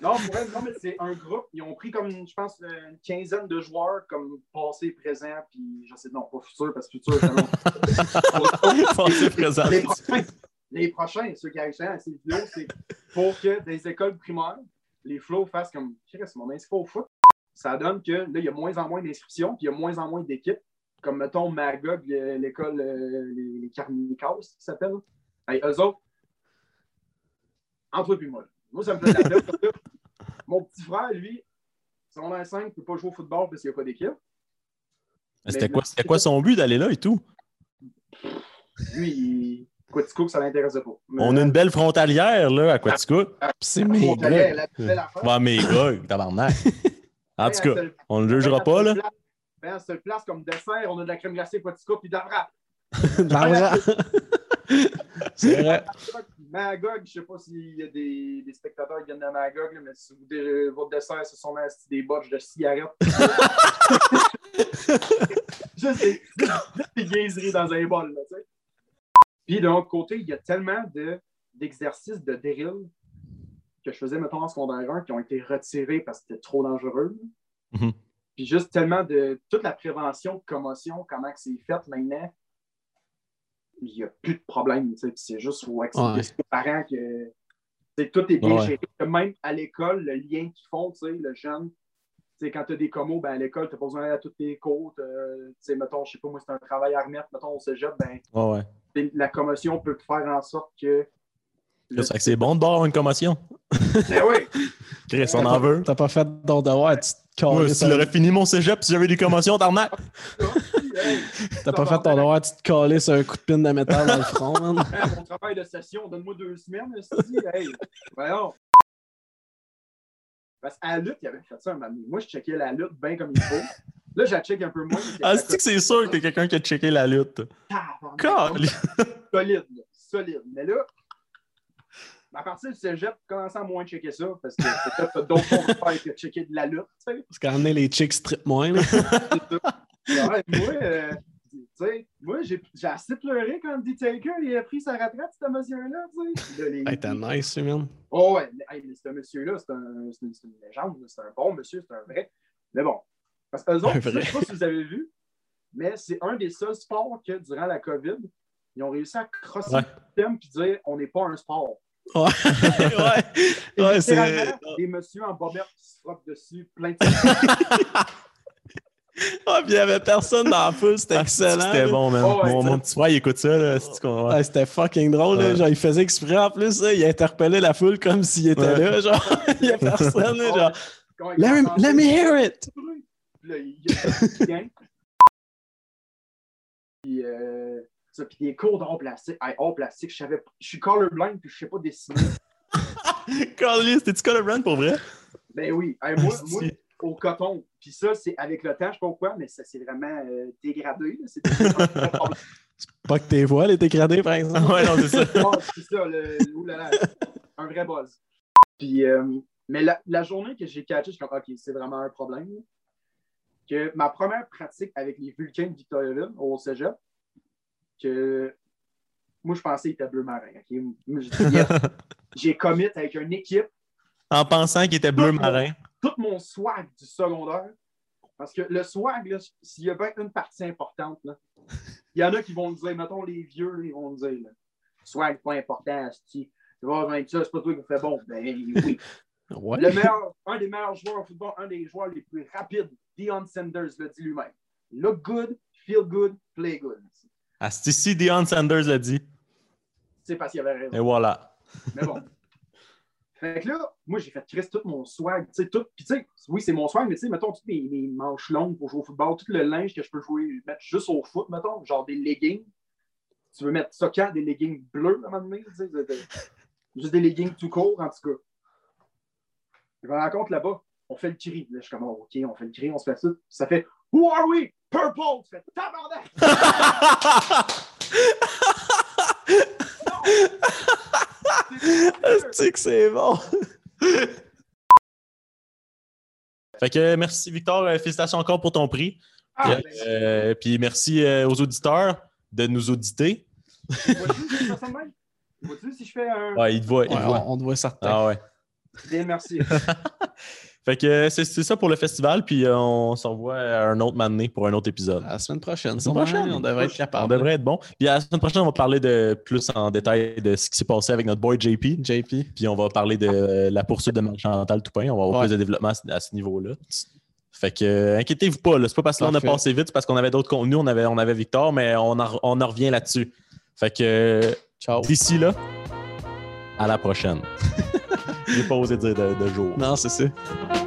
S10: non, pour elle, non, mais c'est un groupe. Ils ont pris comme, je pense, euh, une quinzaine de joueurs comme passé, présent, puis je sais, non, pas futur, parce que futur, c'est long.
S1: Passé, présent.
S10: Les prochains, les prochains, ceux qui arrivent à ces vidéos, c'est pour que dans les écoles primaires, les flots fassent comme, qu'est-ce mon inscrit au foot? Ça donne que là, il y a moins en moins d'inscriptions, puis il y a moins en moins d'équipes. Comme, mettons, Magog, euh, l'école, euh, les, les Carnicas, qui s'appelle. Hey, eux autres, entre eux puis moi. là. Moi, ça me fait de la peine. parce que Mon petit frère, lui, son 5 ne peut pas jouer au football parce qu'il n'y a pas d'équipe.
S1: C'était quoi, c'était quoi son but d'aller là et tout?
S10: Lui, il... Quatico, ça ne l'intéressait pas. Mais-
S1: On a une belle frontalière, là, à Quaticook.
S2: C'est
S10: mes gars. La belle affaire.
S1: Ouais, mes gars, tabarnak. En tout cas, on le jugera pas, là.
S10: Ben, c'est une place comme dessert, on a de la crème glacée Quatico puis d'Avra.
S2: De l'argent. C'est vrai.
S10: Magog, je sais pas s'il y a des, des spectateurs qui viennent de Magog, là, mais si vous voulez votre dessert, ce sont là, c'est des botches de cigarettes. Juste des, des niaiseries dans un bol, là, tu sais. Puis de l'autre côté, il y a tellement de- d'exercices de, drill que je faisais, mettons, en secondaire 1 qui ont été retirés parce que c'était trop dangereux.
S1: Mhm.
S10: Puis juste tellement de toute la prévention de commotion, comment que c'est fait maintenant, il n'y a plus de problème. tu sais. Puis C'est juste pour
S2: Ouais.
S10: expliquer aux parents que tu sais, tout est bien
S2: Ouais.
S10: géré. Que Même à l'école, le lien qu'ils font, tu sais, le jeune, tu sais, quand tu as des commos, ben, à l'école, tu n'as pas besoin d'aller à toutes tes cours. t'as- tu sais, Mettons, je sais pas, moi, c'est un travail à remettre, mettons, on se jette, ben,
S1: Ouais, ouais.
S10: tu sais, la commotion peut faire en sorte que.
S1: Ça fait que C'est bon de boire une commotion.
S10: Ben oui!
S1: Chris, on en veut.
S2: T'as pas fait ton devoir, tu te
S1: Moi,
S2: calisses.
S1: si tu l'aurais fini mon cégep si j'avais des commotions, tarnac.
S2: T'as pas fait ton devoir, tu te calisses un coup de pine de métal dans le front, man.
S10: Hein, mon travail de session, donne-moi deux semaines. Si, hey, voyons. Parce qu'à la lutte, il avait fait ça un moment donné. Moi, je checkais la lutte bien comme il faut. Là, je la check un peu moins. mais
S1: Ah, c'est que c'est sûr que quelqu'un qui a checké la lutte. Calé.
S10: Solide, là, solide. Mais là, à partir du cégep, je commençais à moins checker ça parce que peut-être t'as d'autres choses à faire que de checker de la lutte. tu sais.
S2: Parce qu'à amener les chicks strip moins, là.
S10: Ouais, moi, euh, Tu sais, moi, j'ai j'ai assez pleuré quand The Taker il a pris sa retraite, ce monsieur-là. tu sais. Là, les-
S2: Hey, t'es nice, man.
S10: Oh ouais, mais- hey, mais ce monsieur-là, c'est un, c'est une, c'est une légende, là. c'est un bon monsieur, c'est un vrai. Mais bon, parce que eux autres,
S2: Un
S10: je
S2: vrai.
S10: ne sais pas si vous avez vu, mais c'est un des seuls sports que, durant la COVID, ils ont réussi à crosser
S2: Ouais.
S10: le système et dire on n'est pas un sport.
S2: Ouais.
S10: Et
S2: ouais. Ouais, c'est.
S10: littéralement, des messieurs en bobette qui se frottent dessus, plein de
S2: Ah, puis il y avait personne dans la foule, Ah, c'était excellent.
S1: C'était
S2: là.
S1: bon, man.
S10: Oh,
S2: Ouais,
S1: mon,
S2: c'était-
S1: mon petit frère, il écoute ça, là. c'est-tu qu'on-
S2: Ouais, Ah, c'était fucking drôle, là.
S1: Ouais.
S2: Genre, il faisait exprès en plus, là. il interpellait la foule comme s'il était
S1: Ouais.
S2: là, genre, il y a personne, là, genre.
S10: Ouais.
S2: Let me, let me hear it!
S10: Puis là, il y a un petit gain. Puis, euh, ça, puis des cours d'art plastique. Hey, art plastique, je savais, je suis colorblind puis je sais pas dessiner.
S1: Carlis, t'es-tu colorblind pour vrai?
S10: Ben oui, Hey, moi, moi, au coton. Puis ça, c'est avec le temps, je sais pas pourquoi, mais ça s'est vraiment euh, dégradé. là. C'est
S2: Pas que tes voiles étaient gradées, par exemple.
S1: Ouais, non, c'est ça.
S10: Oh, c'est ça, le, oulala, un vrai buzz. Puis, euh, mais la, la journée que j'ai catché, je suis comme, OK, c'est vraiment un problème. là. Que ma première pratique avec les Vulcains de Victoriaville au cégep, que moi, je pensais qu'ils étaient bleu marin. ok? Moi, j'ai dit, Yes. J'ai commit avec une équipe
S1: En pensant qu'il était bleu marin.
S10: tout mon swag du secondaire. Parce que le swag, là, s'il y a bien une partie importante, là, il y en a qui vont le dire, mettons les vieux, là, ils vont le dire. là, swag, pas important, asti. Tu vas vaincre ça, c'est pas toi qui me fais bon. Ben oui.
S2: Ouais.
S10: Le meilleur, un des meilleurs joueurs au football, un des joueurs les plus rapides, Dion Sanders le dit lui-même. Look good, feel good, play good.
S1: Ah, c'est ici, Deion Sanders l'a dit.
S10: C'est parce qu'il avait raison.
S1: Et voilà.
S10: Mais bon. Fait que là, moi, j'ai fait Chris tout mon swag. tu sais, Tout, puis, tu sais, oui, c'est mon swag, mais tu sais, mettons, toutes mes, mes manches longues pour jouer au football, tout le linge que je peux jouer, mettre juste au foot, mettons, genre des leggings. Tu veux mettre ça quand? Des leggings bleus, à un moment donné? tu sais, de- de- juste des leggings tout court, en tout cas. Je me rends compte là-bas, on fait le cri. Là, je suis comme, oh, OK, on fait le cri, on se fait ça. Ça fait, Who are we? Purple! Tu fais tabarnak!
S2: C'est que c'est bon.
S1: Fait que merci, Victor. Euh, Félicitations encore pour ton prix.
S10: Ah,
S1: puis, euh, puis merci euh, aux auditeurs de nous auditer.
S10: Vois-tu si je fais ça de même? Vois-tu si je fais un.
S1: Ouais, ils te voient. ils te
S2: Ouais,
S1: voient.
S2: on, on te voit certains.
S1: Ah ouais.
S10: Bien, merci.
S1: Fait que euh, c'est c'est ça pour le festival, puis euh, on se revoit à un autre moment donné pour un autre épisode.
S2: La semaine prochaine,
S1: semaine
S2: sûrement,
S1: prochaine.
S2: on devrait être capable.
S1: On devrait être bon. Puis à la semaine prochaine, on va parler de plus en détail de ce qui s'est passé avec notre boy JP.
S2: JP.
S1: Puis on va parler de euh, la poursuite de Marc-Chantal Toupin. On va avoir
S2: Ouais.
S1: plus de développement à ce- à ce niveau-là. Fait que euh, inquiétez-vous pas, là. c'est pas parce qu'on a
S2: Parfait.
S1: passé vite, c'est parce qu'on avait d'autres contenus, on avait, on avait Victor, mais on en, on en revient là-dessus. Fait que euh, d'ici là, à la prochaine. J'ai pas osé dire de- de jour.
S2: Non, c'est ça.